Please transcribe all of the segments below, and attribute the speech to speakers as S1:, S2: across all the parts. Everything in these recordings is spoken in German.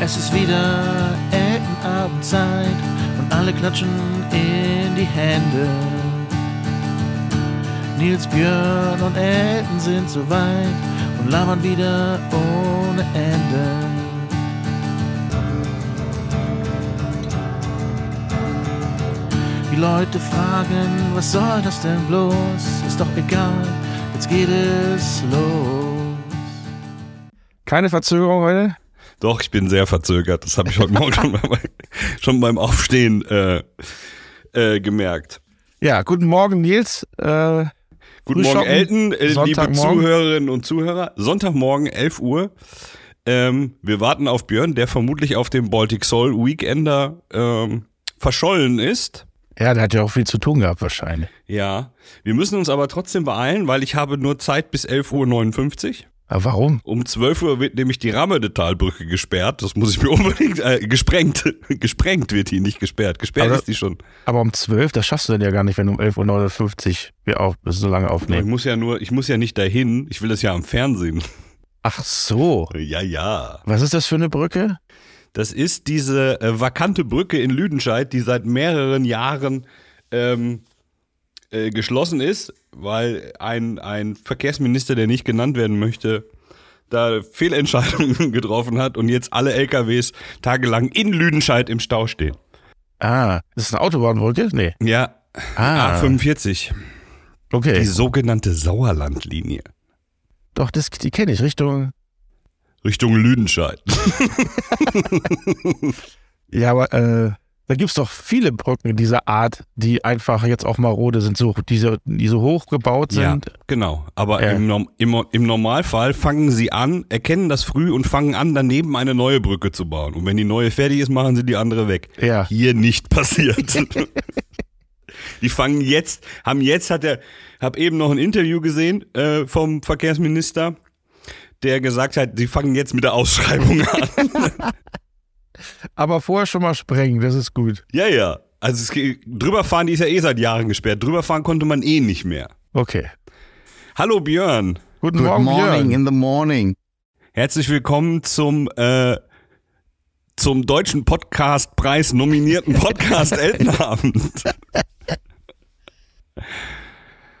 S1: Es ist wieder Eltenabendzeit und alle klatschen in die Hände. Nils, Björn und Elton sind so weit und labern wieder ohne Ende. Die Leute fragen, was soll das denn bloß? Ist doch egal, jetzt geht es los.
S2: Keine Verzögerung heute?
S3: Doch, ich bin sehr verzögert. Das habe ich heute Morgen schon, beim, schon beim Aufstehen äh, äh, gemerkt.
S2: Ja, guten Morgen, Nils. Äh,
S3: Guten Morgen,
S2: Frühschoppen,
S3: Elton, äh, liebe
S2: Sonntagmorgen.
S3: Zuhörerinnen und Zuhörer. Sonntagmorgen, 11 Uhr. Ähm, wir warten auf Björn, der vermutlich auf dem Baltic Soul Weekender ähm, verschollen ist.
S2: Ja, der hat ja auch viel zu tun gehabt wahrscheinlich.
S3: Ja, wir müssen uns aber trotzdem beeilen, weil ich habe nur Zeit bis 11.59 Uhr.
S2: Aber warum?
S3: Um 12 Uhr wird nämlich die Rammedetalbrücke gesperrt. Das muss ich mir unbedingt äh, gesprengt. gesprengt wird die nicht gesperrt. Gesperrt
S2: Aber-
S3: ist die schon.
S2: Aber um 12, das schaffst du dann ja gar nicht, wenn du um 11.59 Uhr wir auf, so lange
S3: Ich
S2: aufnehmen.
S3: muss ja nur, ich muss ja nicht dahin. Ich will das ja am Fernsehen.
S2: Ach so.
S3: Ja, ja.
S2: Was ist das für eine Brücke?
S3: Das ist diese äh, vakante Brücke in Lüdenscheid, die seit mehreren Jahren ähm, äh, geschlossen ist, weil ein, ein Verkehrsminister, der nicht genannt werden möchte, da Fehlentscheidungen getroffen hat und jetzt alle LKWs tagelang in Lüdenscheid im Stau stehen.
S2: Ah, das ist eine Autobahnbrücke? Nee.
S3: Ja,
S2: Ah,
S3: A45,
S2: okay.
S3: die sogenannte Sauerlandlinie.
S2: Doch, das, die kenne ich. Richtung.
S3: Richtung Lüdenscheid.
S2: Ja, aber äh, da gibt's doch viele Brücken dieser Art, die einfach jetzt auch marode sind, so, diese, die so hoch gebaut sind.
S3: Ja, genau. Aber
S2: Ja.
S3: im, Norm- im, im Normalfall fangen sie an, erkennen das früh und fangen an, daneben eine neue Brücke zu bauen. Und wenn die neue fertig ist, machen sie die andere weg.
S2: Ja.
S3: Hier nicht passiert. die fangen jetzt, haben jetzt, hat er, hab eben noch ein Interview gesehen äh, vom Verkehrsminister, der gesagt hat, sie fangen jetzt mit der Ausschreibung an.
S2: Aber vorher schon mal sprengen, das ist gut.
S3: ja, ja. Also es, geht- drüberfahren, die ist ja eh seit Jahren gesperrt. Drüberfahren konnte man eh nicht mehr.
S2: Okay.
S3: Hallo Björn.
S2: Guten
S4: Good
S2: Morgen,
S4: morning
S2: Björn.
S4: in the morning.
S3: Herzlich willkommen zum äh, zum deutschen Podcastpreis nominierten Podcast Eltenabend.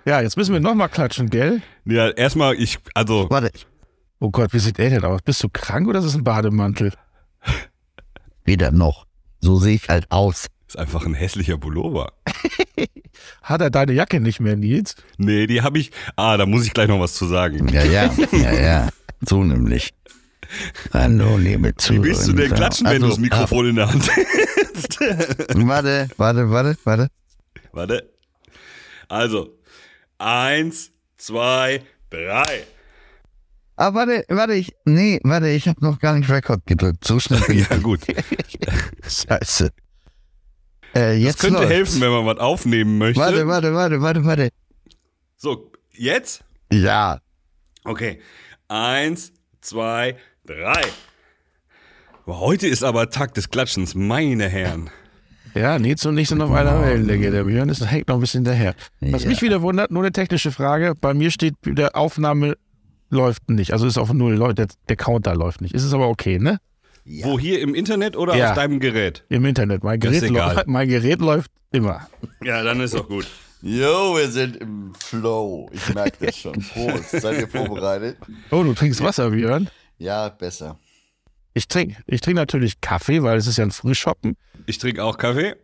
S2: Ja, jetzt müssen wir nochmal klatschen, gell?
S3: Ja, erstmal ich also
S4: Warte,
S2: Oh Gott, wie sieht er denn aus? Bist du krank oder ist es ein Bademantel?
S4: weder noch. So sehe ich halt aus.
S3: ist einfach ein hässlicher Pullover.
S2: Hat er deine Jacke nicht mehr, Nils?
S3: Nee, die habe ich. Ah, da muss ich gleich noch was zu sagen.
S4: Ja, ja, ja, ja. So nämlich. Hallo, liebe
S3: Wie
S4: Zuhörer.
S3: willst du denn klatschen, wenn du
S4: Also,
S3: das Mikrofon in der Hand hältst?
S4: Ah, warte, warte, warte, warte.
S3: Warte. Also eins, zwei, drei.
S4: Ah, warte, warte, ich. Nee, warte, ich habe noch gar nicht Record gedrückt. So schnell bin ich.
S3: Ja gut.
S4: Scheiße. Äh,
S3: Das
S4: jetzt
S3: könnte
S4: läuft's.
S3: helfen, wenn man was aufnehmen möchte.
S4: Warte, warte, warte, warte, warte.
S3: So jetzt.
S4: Ja.
S3: Okay. Eins, zwei, drei. Boah, Heute ist aber Tag des Klatschens, meine Herren.
S2: Ja, Nils und ich sind auf einer Wellenlänge. Der Björn ist, hängt noch ein bisschen daher. Was
S4: Ja.
S2: mich wieder wundert, nur eine technische Frage. Bei mir steht, der Aufnahme läuft nicht. Also ist auf Null. Leute, Der, der Counter läuft nicht. Ist es aber okay, ne?
S3: Wo hier im Internet oder
S2: Ja.
S3: auf deinem Gerät?
S2: Im Internet. Mein
S3: Das ist
S2: Gerät, läu-
S3: egal.
S2: mein Gerät läuft immer.
S3: Ja, dann ist doch gut.
S5: Jo, wir sind im Flow. Ich merke das schon. Prost. Seid ihr vorbereitet?
S2: Oh, du trinkst Wasser, Björn?
S5: Ja, besser.
S2: Ich trinke ich trink natürlich Kaffee, weil es ist ja ein Frühschoppen.
S3: Ich trinke auch Kaffee.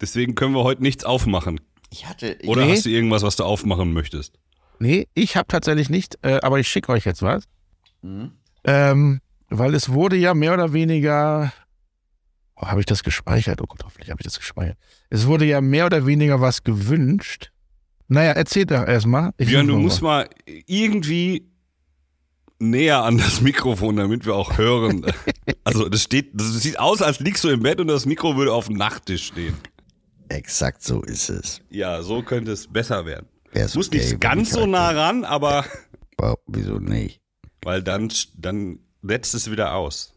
S3: Deswegen können wir heute nichts aufmachen.
S5: Ich hatte. Ich,
S3: Oder
S2: Nee.
S3: hast du irgendwas, was du aufmachen möchtest?
S2: Nee, ich habe tatsächlich nicht, äh, aber ich schicke euch jetzt was. Ähm, weil es wurde ja mehr oder weniger. Oh, habe ich das gespeichert? Oh Gott, hoffentlich habe ich das gespeichert. Es wurde ja mehr oder weniger was gewünscht. Naja, erzähl doch erstmal. Ich
S3: Björn, du
S2: suche noch
S3: musst
S2: was.
S3: mal irgendwie näher an das Mikrofon, damit wir auch hören. Also, das steht, das sieht aus, als liegst du im Bett und das Mikro würde auf dem Nachttisch stehen.
S4: Exakt so ist es.
S3: Ja, so könnte es besser werden.
S4: Wär's
S3: Muss
S4: okay, wenn
S3: nicht ganz
S4: ich
S3: so
S4: heute-
S3: nah ran, aber
S4: Wow, wieso nicht?
S3: weil dann, dann setzt es wieder aus.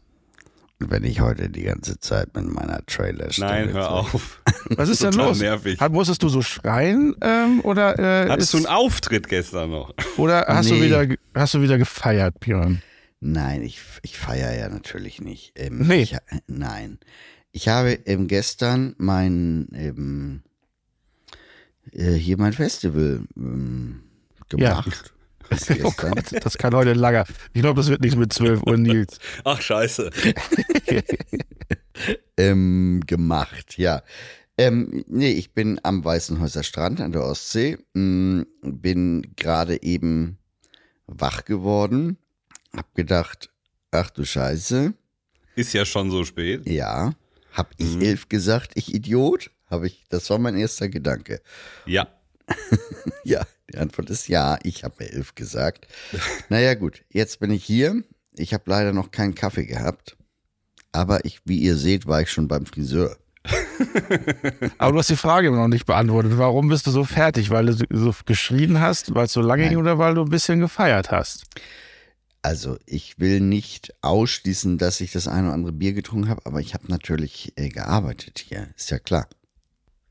S4: Wenn ich heute die ganze Zeit mit meiner Trailer
S3: Nein, hör auf.
S2: Was ist denn
S3: Total
S2: los?
S3: nervig.
S2: Hat, musstest du so schreien ähm, oder äh,
S3: Hattest du
S2: ist,
S3: einen Auftritt gestern noch?
S2: oder hast du
S4: Nee.
S2: wieder hast du wieder gefeiert, Björn?
S4: Nein, ich, ich feiere ja natürlich nicht. Ähm,
S2: Nee.
S4: Ich, ha- nein. Ich habe ähm, gestern mein ähm, äh, hier mein Festival ähm,
S2: Ja.
S4: gemacht.
S2: Oh
S4: Gestern.
S2: Gott, das kann heute langer. Ich glaube, das wird nichts mit 12 Uhr, Nils.
S3: Ach, scheiße.
S4: ähm, gemacht, ja. Ähm, nee, ich bin am Weißenhäuser Strand an der Ostsee, mm, bin gerade eben wach geworden, hab gedacht, ach du Scheiße,
S3: Ist ja schon so spät.
S4: ja, hab ich
S3: Mhm.
S4: elf gesagt, ich Idiot, habe ich, das war mein erster Gedanke.
S3: Ja.
S4: Ja, die Antwort ist ja, ich habe mir elf gesagt. Naja gut, jetzt bin ich hier, ich habe leider noch keinen Kaffee gehabt, aber ich, wie ihr seht, war ich schon beim Friseur.
S2: Aber du hast die Frage immer noch nicht beantwortet. Warum bist du so fertig? Weil du so- so geschrien hast, weil es so lange
S4: Nein.
S2: ging oder weil du ein bisschen gefeiert hast?
S4: Also ich will nicht ausschließen, dass ich das eine oder andere Bier getrunken habe, aber ich habe natürlich äh, gearbeitet hier, ist ja klar.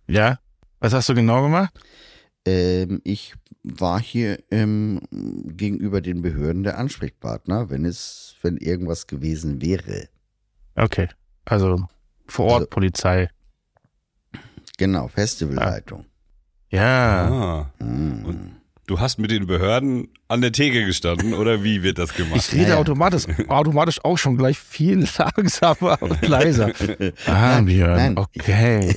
S2: Ja? Was hast du genau gemacht?
S4: Ähm, ich war hier ähm, gegenüber den Behörden der Ansprechpartner, wenn es, wenn irgendwas gewesen wäre.
S2: Okay. Also vor Ort
S4: Also-
S2: Polizei.
S4: Genau, Festivalleitung.
S2: Ja.
S3: Ah.
S4: Mm.
S3: Und- Du hast mit den Behörden an der Theke gestanden, oder wie wird das gemacht?
S2: Ich rede
S4: Naja.
S2: automatisch, automatisch auch schon gleich viel langsamer und leiser. Ah,
S4: Nein,
S2: Björn,
S4: nein.
S2: okay.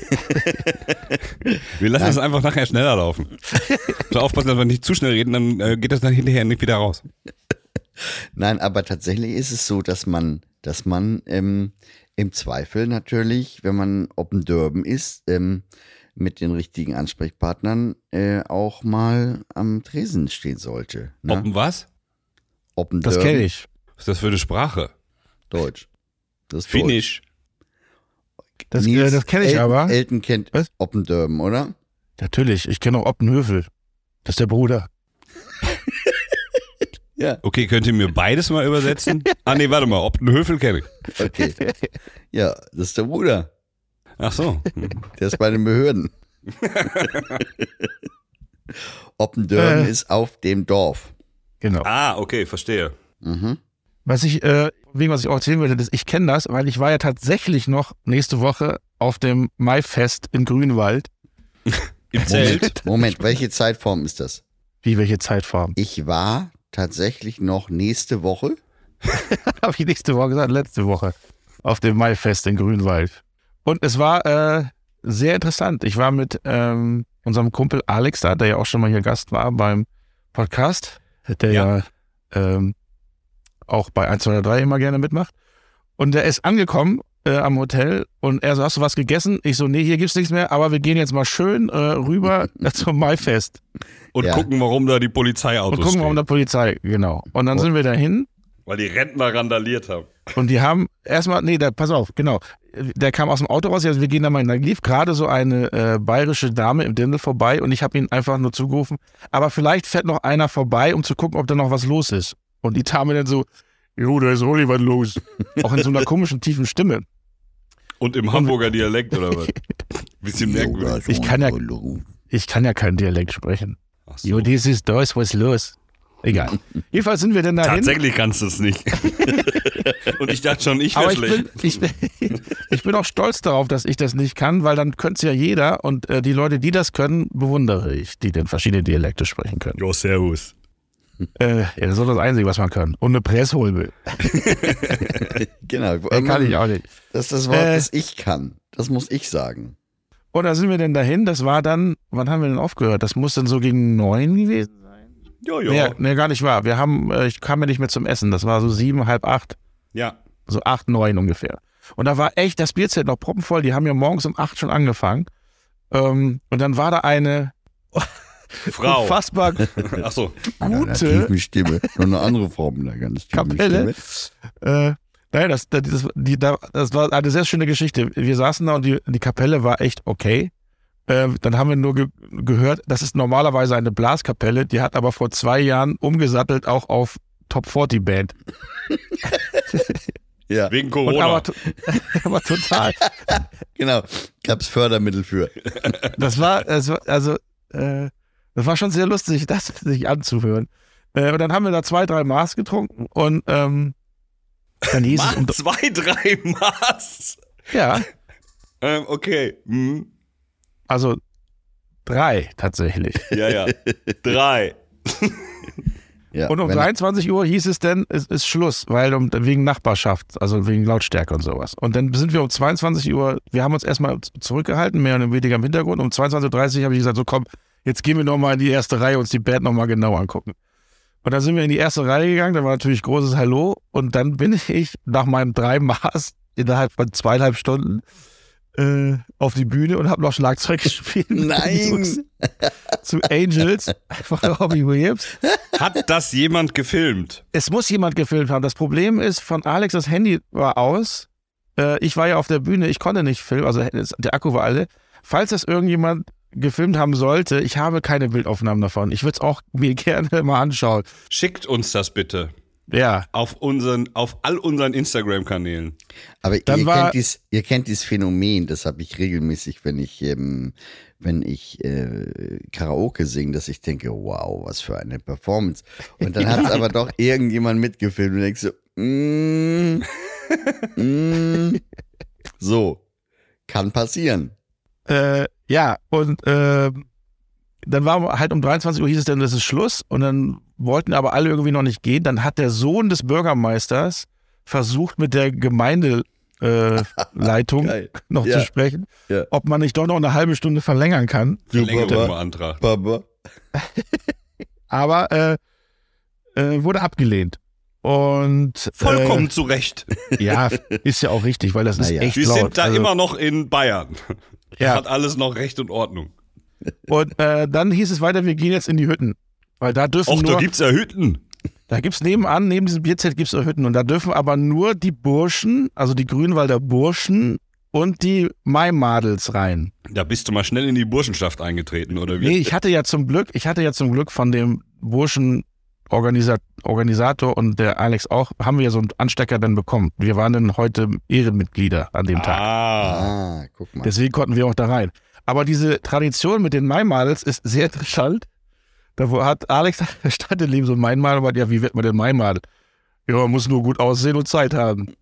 S3: Wir lassen das einfach nachher schneller laufen. So aufpassen, dass wir nicht zu schnell reden, dann äh, geht das dann hinterher nicht wieder raus.
S4: Nein, aber tatsächlich ist es so, dass man, dass man ähm, im Zweifel natürlich, wenn man Open Durban ist, ähm, mit den richtigen Ansprechpartnern äh, auch mal am Tresen stehen sollte. Ne?
S3: Oppen was?
S4: Open
S2: Das kenne ich.
S3: Was ist das für eine Sprache?
S4: Deutsch. Das ist
S3: Finnisch.
S4: Deutsch.
S2: Das, äh,
S4: Nils
S2: das kenne ich
S4: Elton,
S2: aber.
S4: Elton kennt
S2: Was?
S4: Open Durban, oder?
S2: Natürlich, ich kenne auch Oppenhövel. Das ist der Bruder.
S3: Okay, könnt ihr mir beides mal übersetzen? Ah, nee, warte mal. Optenhöfel kenne ich.
S4: Okay. ja, das ist der Bruder.
S3: Ach so. Hm.
S4: Der ist bei den Behörden. Open Durban
S2: Äh.
S4: ist auf dem Dorf.
S2: Genau.
S3: Ah, okay, verstehe.
S4: Mhm.
S2: Was ich, äh, wegen was ich auch erzählen wollte, ist, ich kenne das, weil ich war ja tatsächlich noch nächste Woche auf dem Maifest in Grünwald.
S3: Im Zelt.
S4: Moment, Moment, welche Zeitform ist das?
S2: Wie welche Zeitform?
S4: Ich war tatsächlich noch nächste Woche.
S2: Habe ich nächste Woche gesagt, letzte Woche. Auf dem Maifest in Grünwald. Und es war äh, sehr interessant. Ich war mit ähm, unserem Kumpel Alex da, der ja auch schon mal hier Gast war beim Podcast, der ja, ähm, auch bei 1, 2, 3 immer gerne mitmacht. Und der ist angekommen äh, am Hotel und er so, hast du was gegessen? Ich so, nee, hier gibt's nichts mehr, aber wir gehen jetzt mal schön äh, rüber zum Maifest
S3: Und
S4: Ja.
S3: gucken, warum da die
S2: und
S3: Polizeiautos
S2: gucken, warum
S3: stehen.
S2: der Polizei, genau. Und dann
S4: Oh.
S2: sind wir dahin
S3: Weil die Rentner randaliert haben.
S2: Und die haben erstmal, nee, da, pass auf, genau. Der kam aus dem Auto raus, also wir gehen da mal hin. Da lief gerade so eine äh, bayerische Dame im Dirndl vorbei und ich habe ihn einfach nur zugerufen, aber vielleicht fährt noch einer vorbei, um zu gucken, ob da noch was los ist. Und die Dame dann so, jo, da ist wohl was los. Auch in so einer komischen, tiefen Stimme.
S3: Und im Hamburger Dialekt oder was? Bisschen merkwürdig.
S2: Ich kann ja- Ich kann ja keinen Dialekt sprechen.
S3: Ach so.
S2: Jo, das ist, da ist was los. Egal. Jedenfalls sind wir dann dahin.
S3: Tatsächlich kannst du es nicht. Und ich dachte schon, ich wäre
S2: Aber ich
S3: schlecht.
S2: bin, ich, bin, ich bin auch stolz darauf, dass ich das nicht kann, weil dann könnte es ja jeder und äh, die Leute, die das können, bewundere ich, die denn verschiedene Dialekte sprechen können.
S3: Jo, servus.
S2: Äh, ja, das ist doch das Einzige, was man kann. Und eine Pressholbe.
S4: Genau.
S2: Äh, kann ich auch nicht.
S4: Das ist das Wort,
S2: Äh.
S4: das ich kann. Das muss ich sagen.
S2: Und da sind wir denn dahin? Das war dann, wann haben wir denn aufgehört? Das muss dann so gegen neun gewesen
S3: Jo, jo.
S2: sein? Nee, nee, gar nicht wahr. Wir haben, äh, ich kam ja nicht mehr zum Essen. Das war so sieben, halb acht.
S3: ja.
S2: So acht, neun ungefähr. Und da war echt das Bierzelt noch proppenvoll. Die haben ja morgens um acht schon angefangen. Ähm, und dann war da eine
S3: Frau.
S2: unfassbar
S3: Ach so.
S4: Mit einer
S2: gute
S4: tiefen Stimme. Noch eine andere Form der ganz tiefen
S2: Kapelle.
S4: Stimme.
S2: Äh, naja, das, das, das, die, da- das war eine sehr schöne Geschichte. Wir saßen da und die, die Kapelle war echt okay. Ähm, dann haben wir nur ge gehört, das ist normalerweise eine Blaskapelle, die hat aber vor zwei Jahren umgesattelt auch auf Top 40 Band.
S4: Ja,
S3: Wegen
S2: Und
S3: Corona.
S2: aber, to- aber total.
S4: genau. Gab's Fördermittel für.
S2: Das war, das war also, äh, das war schon sehr lustig, das sich anzuhören. Äh, und dann haben wir da zwei, drei Maß getrunken und ähm, Dann hieß es
S3: Mann,
S2: um.
S3: zwei, drei Maß.
S2: Ja,
S3: Ähm, okay. Hm.
S2: also drei tatsächlich.
S3: Ja, ja. Drei.
S4: Ja,
S2: Und um
S4: wenn-
S2: 23 Uhr hieß es denn, es ist Schluss, weil um, wegen Nachbarschaft, also wegen Lautstärke und sowas. Und dann sind wir um 22 Uhr, wir haben uns erstmal z- zurückgehalten, mehr oder weniger im Hintergrund. Um 22.30 Uhr habe ich gesagt, so komm, jetzt gehen wir nochmal in die erste Reihe uns die Band nochmal genau angucken. Und dann sind wir in die erste Reihe gegangen, da war natürlich großes Hallo. Und dann bin ich nach meinem drei Maß innerhalb von zweieinhalb Stunden äh, auf die Bühne und habe noch Schlagzeug gespielt. mit den
S4: Nein.
S2: Jungs Zu Angels, einfach Robbie Williams.
S3: Hat das jemand gefilmt?
S2: Es muss jemand gefilmt haben. Das Problem ist, von Alex das Handy war aus. Äh, ich war ja auf der Bühne, ich konnte nicht filmen, also es- der Akku war alle. Falls das irgendjemand gefilmt haben sollte, ich habe keine Bildaufnahmen davon. Ich würde es auch mir gerne mal anschauen.
S3: Schickt uns das bitte
S2: Ja,
S3: auf unseren, auf all unseren Instagram-Kanälen.
S4: Aber
S2: Dann
S4: ihr,
S2: war-
S4: kennt dies, ihr kennt dieses Phänomen, das habe ich regelmäßig, wenn ich, ähm, wenn ich äh, Karaoke singe, dass ich denke, wow, was für eine Performance. Und dann hat es aber doch irgendjemand mitgefilmt und denkst so, mm, mm, so, kann passieren.
S2: äh, ja und ähm, dann war halt um 23 Uhr hieß es dann, das ist Schluss und dann wollten aber alle irgendwie noch nicht gehen. Dann hat der Sohn des Bürgermeisters versucht mit der Gemeindeleitung äh, Leitung
S4: Geil.
S2: noch
S4: Ja.
S2: zu sprechen,
S4: Ja.
S2: ob man nicht doch noch eine halbe Stunde verlängern kann.
S3: Verlängerung Antrag.
S4: Baba.
S2: Aber äh, äh, wurde abgelehnt. Und
S3: Vollkommen zu Recht.
S2: Äh, ja, ist ja auch richtig, weil das ist
S4: Naja.
S2: echt
S3: Wir
S2: laut.
S3: sind da
S2: Also,
S3: immer noch in Bayern.
S2: ja.
S3: Hat alles noch Recht und Ordnung.
S2: Und äh, dann hieß es weiter, wir gehen jetzt in die Hütten. Weil da dürfen
S3: Och,
S2: nur,
S3: da gibt's ja Hütten.
S2: da gibt's nebenan, neben diesem Bierzelt gibt's auch Hütten. Und da dürfen aber nur die Burschen, also die Grünwalder Burschen und die Maimadels rein.
S3: Da bist du mal schnell in die Burschenschaft eingetreten, oder wie?
S2: Nee, ich hatte ja zum Glück, ich hatte ja zum Glück von dem Burschen Organisa- Organisator und der Alex auch, haben wir so einen Anstecker dann bekommen. Wir waren dann heute Ehrenmitglieder an dem Tag.
S3: Ah,
S4: Ah, guck mal.
S2: Deswegen konnten wir auch da rein. Aber diese Tradition mit den Maimadels ist sehr interessant. Da wo- hat Alex stand im Leben so ein Maimadel, aber ja, wie wird man denn Maimadel? Ja, man muss nur gut aussehen und Zeit haben.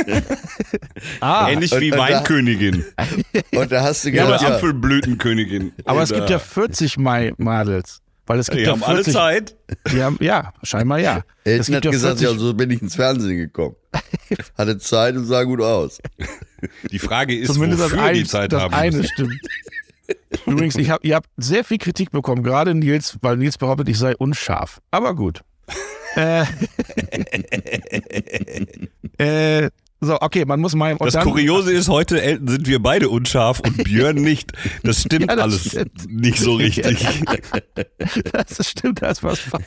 S2: ah,
S3: ähnlich
S4: und-
S3: wie
S4: und da-
S3: Weinkönigin
S4: Und da hast du
S3: ja,
S4: gedacht,
S3: oder
S4: ja,
S3: Apfelblütenkönigin.
S2: aber es
S3: Oder-
S2: gibt ja 40 Maimadels. Weil es gibt
S3: Die
S2: ja
S3: haben um alle
S2: 40,
S3: Zeit.
S2: Die haben, ja, scheinbar ja. Es
S4: Elton
S2: gibt
S4: hat
S2: ja
S4: gesagt,
S2: 40
S4: ja, so bin ich ins Fernsehen gekommen. Hatte Zeit und sah gut aus.
S3: Die Frage ist,
S2: Zumindest das
S3: wofür
S2: eine,
S3: die Zeit
S2: das
S3: haben.
S2: eine stimmt. Übrigens, ich hab, ihr habt sehr viel Kritik bekommen, gerade Nils, weil Nils behauptet, ich sei unscharf. Aber gut. äh, äh, so, okay, man muss mal. und
S3: Das
S2: dann-
S3: Kuriose ist, heute Elton sind wir beide unscharf und Björn nicht. Das stimmt
S2: Ja, das
S3: alles
S2: stimmt.
S3: nicht so richtig.
S2: Das stimmt, das war faul.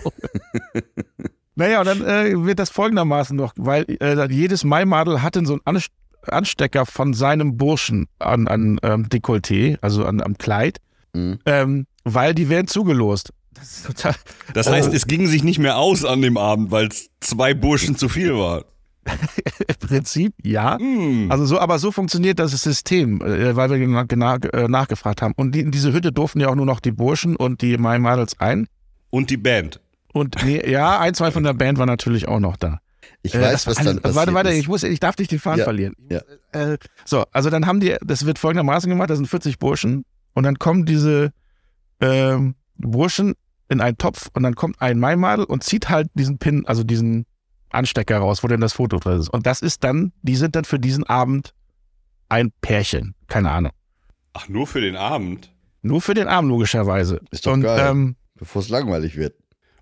S2: naja, und dann äh, wird das folgendermaßen noch, weil äh, dann jedes Maimadel hatte so einen Anst Anstecker von seinem Burschen an, an ähm, Dekolleté, also an, am Kleid,
S4: Mhm.
S2: ähm, weil die werden zugelost. Das ist total, Oh.
S3: Das heißt, es ging sich nicht mehr aus an dem Abend, weil es zwei Burschen zu viel war.
S2: im Prinzip ja.
S3: Hm.
S2: Also so, aber so funktioniert das System, äh, weil wir genau, genau äh, nachgefragt haben. Und die, in diese Hütte durften ja auch nur noch die Burschen und die Maimadels ein.
S3: Und die Band.
S2: Und nee, ja, ein, zwei von der Band war natürlich auch noch da.
S4: Ich
S2: Äh,
S4: weiß,
S2: das
S4: was
S2: war
S4: dann
S2: alles-
S4: passiert
S2: Warte, warte,
S4: ist.
S2: ich, muss, ich darf nicht den Faden
S4: Ja,
S2: verlieren.
S4: ja.
S2: Äh, so, also dann haben die, das wird folgendermaßen gemacht, das sind 40 Burschen und dann kommen diese ähm, Burschen in einen Topf und dann kommt ein Maimadel und zieht halt diesen Pin, also diesen Anstecker raus, wo denn das Foto drin ist. Und das ist dann, die sind dann für diesen Abend ein Pärchen. Keine Ahnung.
S3: Ach, nur für den Abend.
S2: Nur für den Abend logischerweise.
S4: Ist doch
S2: und
S4: geil.
S2: Ähm,
S4: Bevor es langweilig wird.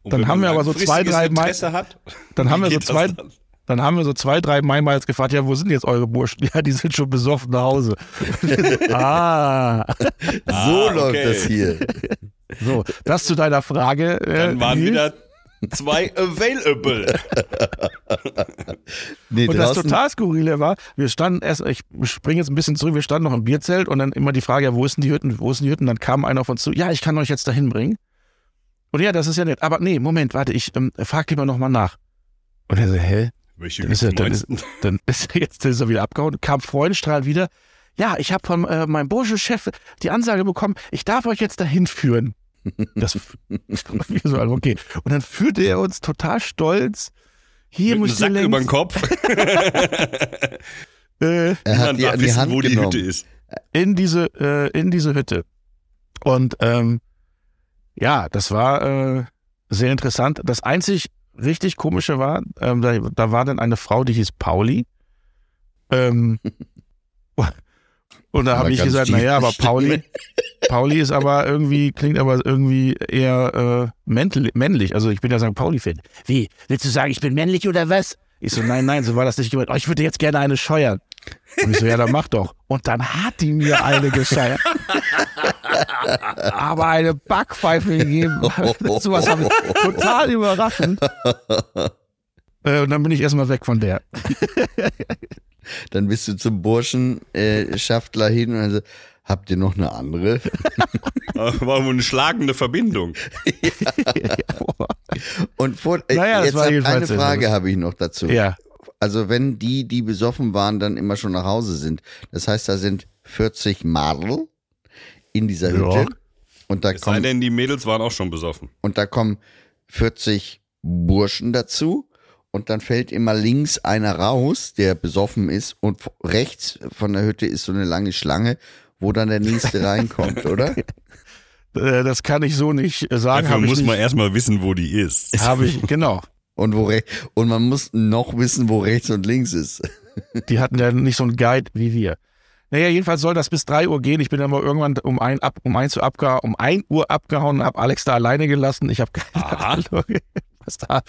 S3: Und
S2: Dann
S3: wenn
S2: haben
S3: man
S2: wir aber so zwei,
S3: langfristiges
S2: drei Mal-
S3: Interesse hat,
S2: dann haben
S3: wie
S2: wir so
S3: geht das
S2: zwei,
S3: dann?
S2: Dann haben wir so zwei, drei Maimals gefragt, ja, wo sind jetzt eure Burschen? Ja, die sind schon besoffen nach Hause. ah,
S4: so
S3: Ah,
S4: läuft
S3: okay.
S4: das hier.
S2: so, das zu deiner Frage. Äh,
S3: Dann waren
S2: Nils.
S3: wieder zwei available.
S4: Nee,
S2: Und das
S4: draußen,
S2: total skurrile war, wir standen erst, ich springe jetzt ein bisschen zurück, wir standen noch im Bierzelt und dann immer die Frage, ja, wo ist denn die Hütten, wo ist denn die Hütten? Dann kam einer auf uns zu, ja, ich kann euch jetzt dahin bringen. Und ja, das ist ja nett. Aber nee, Moment, warte, ich ähm, frag lieber nochmal nach. Und er so, hä?
S3: Welche
S2: Dann ist er-
S3: Hütte
S2: dann
S3: meinst du?
S2: Dann ist er jetzt dann ist er wieder abgehauen, kam freudenstrahlend wieder. Ja, ich habe von äh, meinem Bursche-Chef die Ansage bekommen, ich darf euch jetzt dahin führen. Das wir so, also, okay. Und dann führte er uns total stolz Hier
S3: mit
S2: muss
S3: einem Sack über den Kopf.
S2: äh,
S4: Er hat
S3: Man
S4: die
S3: darf
S4: an die
S3: wissen,
S4: Hand
S3: wo die
S4: genommen.
S3: Hütte ist.
S2: in diese äh, in diese Hütte. Und ähm, ja, das war äh, sehr interessant. Das einzig richtig komische war, ähm, da, da war dann eine Frau, die hieß Pauli. Ähm, und da
S4: Aber
S2: habe ich
S4: ganz
S2: gesagt,
S4: tiefe
S2: naja, aber Pauli,
S4: Stimme.
S2: Pauli ist aber irgendwie, klingt aber irgendwie eher äh, männl- männlich. Also ich bin ja St. Pauli-Fan. Wie? Willst du sagen, ich bin männlich oder was? Ich so, nein, nein, so war das nicht gemeint. Oh, ich würde jetzt gerne eine scheuern. Und ich so, ja, dann mach doch. Und dann hat die mir eine gescheuert. aber eine Backpfeife gegeben. Sowas habe ich total überraschend. Äh, und dann bin ich erstmal weg von der.
S4: Dann bist du zum Burschenschaftler hin und dann so, habt ihr noch eine andere?
S3: War wohl eine schlagende Verbindung.
S4: Und vor, äh,
S2: Naja, das
S4: jetzt
S2: war
S4: hab,
S2: jedenfalls
S4: eine
S2: sehr
S4: Frage
S2: lustig.
S4: habe ich noch dazu.
S2: ja.
S4: Also wenn die, die besoffen waren, dann immer schon nach Hause sind. Das heißt, da sind 40 Madel in dieser
S2: Ja.
S4: Hütte. Und da,
S3: Es sei
S4: kommen,
S3: denn, die Mädels waren auch schon besoffen.
S4: und da kommen 40 Burschen dazu. Und dann fällt immer links einer raus, der besoffen ist. Und f- rechts von der Hütte ist so eine lange Schlange, wo dann der nächste reinkommt, oder?
S2: Äh, das kann ich so nicht äh, sagen.
S3: Dafür
S2: Hab ich
S3: muss
S2: nicht.
S3: man erstmal wissen, wo die ist.
S2: Habe ich, genau.
S4: Und, wo rech- und man muss noch wissen, wo rechts und links ist.
S2: Die hatten ja nicht so einen Guide wie wir. Naja, jedenfalls soll das bis 3 Uhr gehen. Ich bin dann mal irgendwann um 1 ab, um 1 Uhr abgehauen, um 1 Uhr abgehauen und habe Alex da alleine gelassen. Ich habe keine
S3: Aha.
S2: Ahnung, was da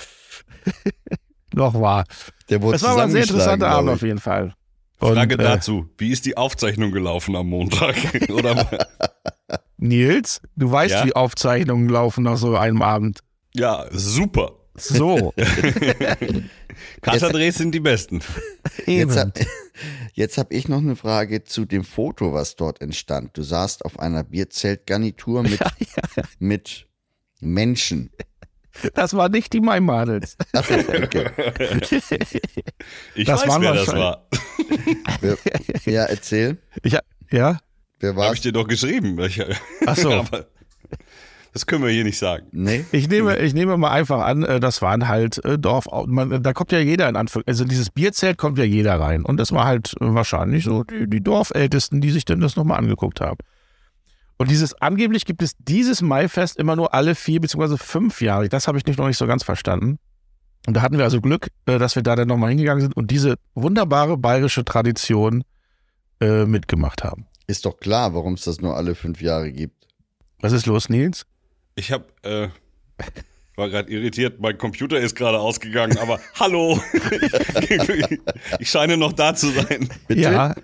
S2: noch war.
S4: Der wurde
S2: Es war aber ein sehr
S4: zusammengeschlagen,
S2: interessanter Abend
S4: glaub
S2: auf jeden Fall.
S3: Frage
S2: Und, äh,
S3: dazu. Wie ist die Aufzeichnung gelaufen am Montag? Oder,
S2: Nils, du weißt,
S3: Ja?
S2: wie Aufzeichnungen laufen nach so einem Abend.
S3: ja, super.
S2: So,
S3: Katadrehs sind die besten.
S2: eben.
S4: Jetzt habe jetzt hab ich noch eine Frage zu dem Foto, was dort entstand. Du saßt auf einer Bierzeltgarnitur mit, mit Menschen.
S2: das war nicht die Maimadels.
S4: Ach, so, okay.
S3: Ich
S2: Das
S3: weiß,
S2: waren
S3: wer das
S2: wahrscheinlich-
S3: war.
S4: Wer- ja, erzähl.
S2: Ich, ja?
S4: Wer
S3: Habe
S4: war's?
S3: ich dir doch geschrieben. Ich, äh,
S2: Ach so.
S3: Aber das können wir hier nicht sagen.
S4: Nee?
S2: Ich nehme,
S4: Mhm.
S2: ich nehme mal einfach an, äh, das waren halt äh, Dorf. Man, da kommt ja jeder in Anführungszeichen. Also in dieses Bierzelt kommt ja jeder rein. Und das war halt äh, wahrscheinlich so die, die Dorfältesten, die sich denn das nochmal angeguckt haben. Und dieses angeblich gibt es dieses Maifest immer nur alle vier beziehungsweise fünf Jahre. Das habe ich nicht noch nicht so ganz verstanden. Und da hatten wir also Glück, äh, dass wir da dann nochmal hingegangen sind und diese wunderbare bayerische Tradition äh, mitgemacht haben.
S4: Ist doch klar, warum es das nur alle fünf Jahre gibt.
S2: Was ist los, Nils?
S3: Ich habe, äh, war gerade irritiert, mein Computer ist gerade ausgegangen, aber hallo, ich scheine noch da zu sein.
S4: Bitte?
S2: Ja,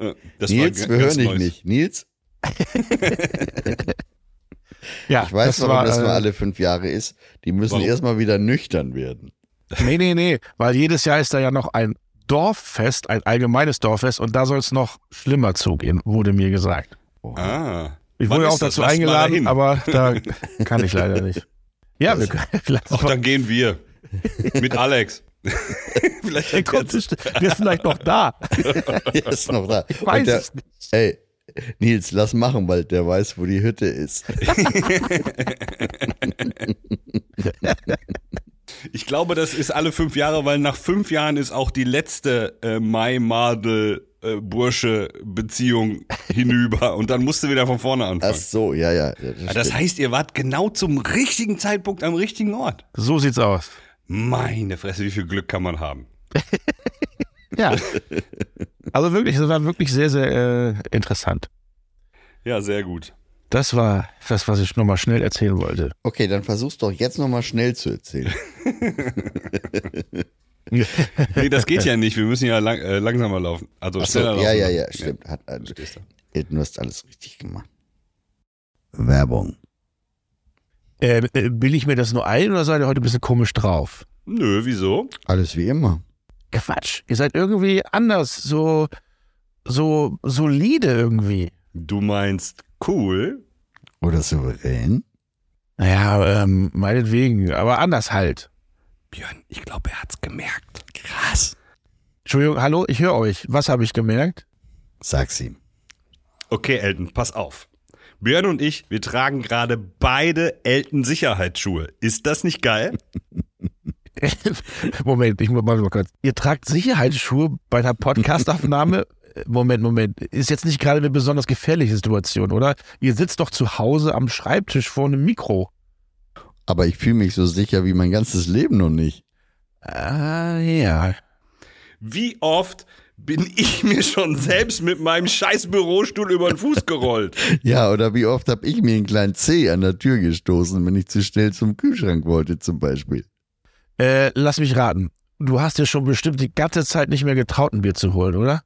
S3: Äh, Das
S4: Nils,
S3: g-
S4: wir
S3: ganz
S4: hören dich
S3: Neues.
S4: nicht. Nils,
S2: ja.
S4: ich weiß, warum das nur
S2: äh,
S4: alle fünf Jahre ist. Die müssen
S3: warum?
S4: erstmal wieder nüchtern werden.
S2: Nee, nee, nee, weil jedes Jahr ist da ja noch ein Dorffest, ein allgemeines Dorffest und da soll es noch schlimmer zugehen, wurde mir gesagt.
S3: Ah.
S2: Ich
S3: Wann
S2: wurde
S3: ist
S2: auch
S3: das?
S2: dazu
S3: Lass mal
S2: eingeladen,
S3: dahin.
S2: aber da kann ich leider nicht. Ja, wir können vielleicht
S3: Ach,
S2: noch,
S3: dann gehen wir. Mit Alex. Vielleicht
S2: der
S3: hat
S2: kommt, bestimmt- der ist vielleicht noch da.
S4: Der ist noch da.
S2: Ich weiß
S4: Und der,
S2: es nicht.
S4: Ey, Nils, lass machen, weil der weiß, wo die Hütte ist.
S3: Ich glaube, das ist alle fünf Jahre, weil nach fünf Jahren ist auch die letzte äh, Mai-Madel-Bursche-Beziehung hinüber und dann musst du wieder von vorne
S4: Ach
S3: anfangen.
S4: so, ja, ja.
S3: Ja,
S4: Das,
S3: das
S4: stimmt.
S3: heißt, ihr wart genau zum richtigen Zeitpunkt am richtigen Ort.
S2: So sieht's aus.
S3: Meine Fresse, wie viel Glück kann man haben?
S2: Ja. Also wirklich, das war wirklich sehr, sehr äh, interessant.
S3: Ja, sehr gut.
S2: Das war das, was ich nochmal schnell erzählen wollte.
S4: Okay, dann versuch's doch jetzt nochmal schnell zu erzählen.
S3: Nee, das geht ja nicht. Wir müssen ja lang, äh, langsamer laufen. Also
S4: Ach so,
S3: schneller laufen.
S4: ja, ja, ja, stimmt. Hat, also,
S3: verstehst du.
S4: du hast alles richtig gemacht. Werbung.
S2: Äh, äh, bilde ich mir das nur ein oder seid ihr heute ein bisschen komisch drauf?
S3: Nö, wieso?
S4: Alles wie immer.
S2: Quatsch. Ihr seid irgendwie anders, so, so solide irgendwie.
S3: Du meinst cool?
S4: Oder souverän.
S2: Naja, ähm, meinetwegen, aber anders halt.
S3: Björn, ich glaube, er hat's gemerkt. Krass.
S2: Entschuldigung, hallo, ich höre euch. Was habe ich gemerkt?
S4: Sag's ihm.
S3: Okay, Elton, pass auf. Björn und ich, wir tragen gerade beide Elton Sicherheitsschuhe. Ist das nicht geil?
S2: Moment, ich muss mal kurz. Ihr tragt Sicherheitsschuhe bei einer Podcastaufnahme. Moment, Moment. Ist jetzt nicht gerade eine besonders gefährliche Situation, oder? Ihr sitzt doch zu Hause am Schreibtisch vor einem Mikro.
S4: Aber ich fühle mich so sicher wie mein ganzes Leben noch nicht.
S2: Ah, ja.
S3: Wie oft bin ich mir schon selbst mit meinem scheiß Bürostuhl über den Fuß gerollt?
S4: Ja, oder wie oft habe ich mir einen kleinen Zeh an der Tür gestoßen, wenn ich zu schnell zum Kühlschrank wollte zum Beispiel.
S2: Äh, lass mich raten. Du hast dir schon bestimmt die ganze Zeit nicht mehr getraut, ein Bier zu holen, oder?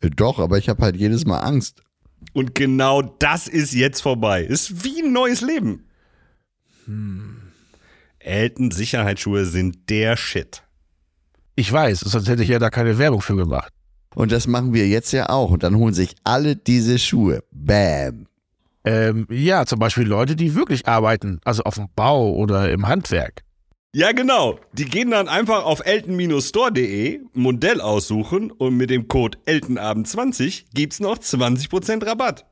S4: Äh, Doch, aber ich habe halt jedes Mal Angst.
S3: Und genau das ist jetzt vorbei. Ist wie ein neues Leben. Hm. Elton Sicherheitsschuhe sind der Shit.
S2: Ich weiß, sonst hätte ich ja da keine Werbung für gemacht.
S4: Und das machen wir jetzt ja auch. Und dann holen sich alle diese Schuhe. Bam.
S2: Ähm, ja, zum Beispiel Leute, die wirklich arbeiten, also auf dem Bau oder im Handwerk.
S3: Ja, genau. Die gehen dann einfach auf elton-store.de, Modell aussuchen und mit dem Code ELTONABEND20 gibt's noch 20% Rabatt.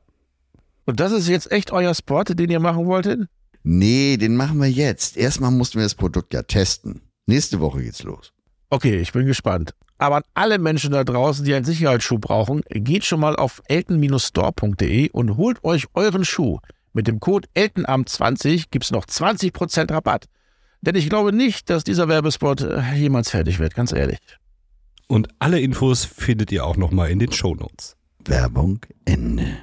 S2: Und das ist jetzt echt euer Spot, den ihr machen wolltet?
S4: Nee, den machen wir jetzt. Erstmal mussten wir das Produkt ja testen. Nächste Woche geht's los.
S2: Okay, ich bin gespannt. Aber an alle Menschen da draußen, die einen Sicherheitsschuh brauchen, geht schon mal auf elten-store.de und holt euch euren Schuh. Mit dem Code ELTENAM20 gibt's noch 20% Rabatt. Denn ich glaube nicht, dass dieser Werbespot äh, jemals fertig wird, ganz ehrlich.
S3: Und alle Infos findet ihr auch nochmal in den Shownotes.
S4: Werbung Ende.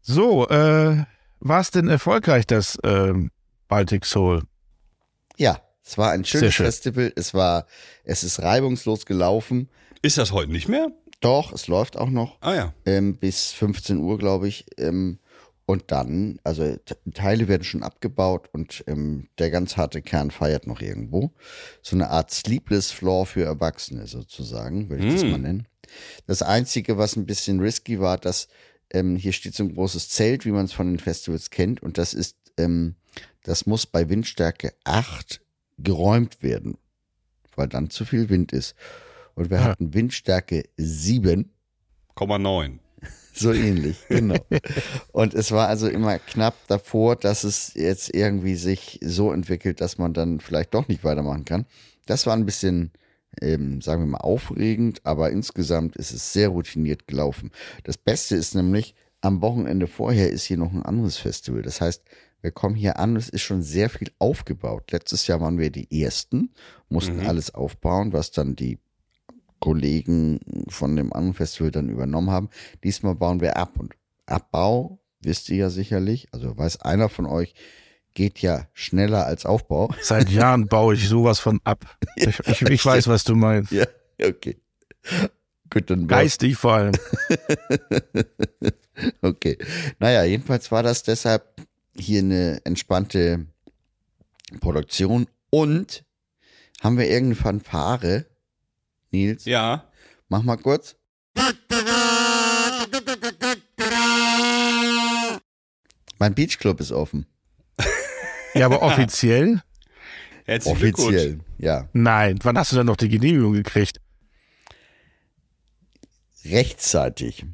S2: So, äh, war es denn erfolgreich, das ähm, Baltic Soul?
S4: Ja, es war ein
S2: Sehr
S4: schönes
S2: schön.
S4: Festival. Es war, es ist reibungslos gelaufen.
S3: Ist das heute nicht mehr?
S4: Doch, es läuft auch noch.
S3: Ah ja.
S4: ähm, bis 15 Uhr, glaube ich. Ähm, und dann, also Te- Teile werden schon abgebaut und ähm, der ganz harte Kern feiert noch irgendwo. So eine Art Sleepless Floor für Erwachsene sozusagen, würde ich das
S3: Mm.
S4: mal nennen. Das Einzige, was ein bisschen risky war, dass ähm, hier steht so ein großes Zelt, wie man es von den Festivals kennt. Und das ist, ähm, das muss bei Windstärke 8 geräumt werden, weil dann zu viel Wind ist. Und wir
S2: Ah.
S4: hatten Windstärke 7.
S3: 0,9.
S4: So ähnlich, genau. Und es war also immer knapp davor, dass es jetzt irgendwie sich so entwickelt, dass man dann vielleicht doch nicht weitermachen kann. Das war ein bisschen, ähm, sagen wir mal, aufregend, aber insgesamt ist es sehr routiniert gelaufen. Das Beste ist nämlich, am Wochenende vorher ist hier noch ein anderes Festival. Das heißt, wir kommen hier an, es ist schon sehr viel aufgebaut. Letztes Jahr waren wir die Ersten, mussten
S3: Mhm.
S4: alles aufbauen, was dann die Kollegen von dem anderen Festival dann übernommen haben. Diesmal bauen wir ab und Abbau wisst ihr ja sicherlich, also weiß einer von euch, geht ja schneller als Aufbau.
S2: Seit Jahren baue ich sowas von ab. Ich, ich, ich weiß, was du meinst.
S4: Ja, genau. okay. Gut, dann war-
S2: Geistig vor allem.
S4: Okay. Naja, jedenfalls war das deshalb hier eine entspannte Produktion und haben wir irgendeine Fanfare? Nils,
S3: Ja.
S4: mach mal kurz. Mein Beachclub ist offen.
S2: Ja, aber offiziell?
S3: Herzlichen Glückwunsch.
S4: Offiziell, ja.
S2: Nein. Wann hast du denn noch die Genehmigung gekriegt?
S4: Rechtzeitig.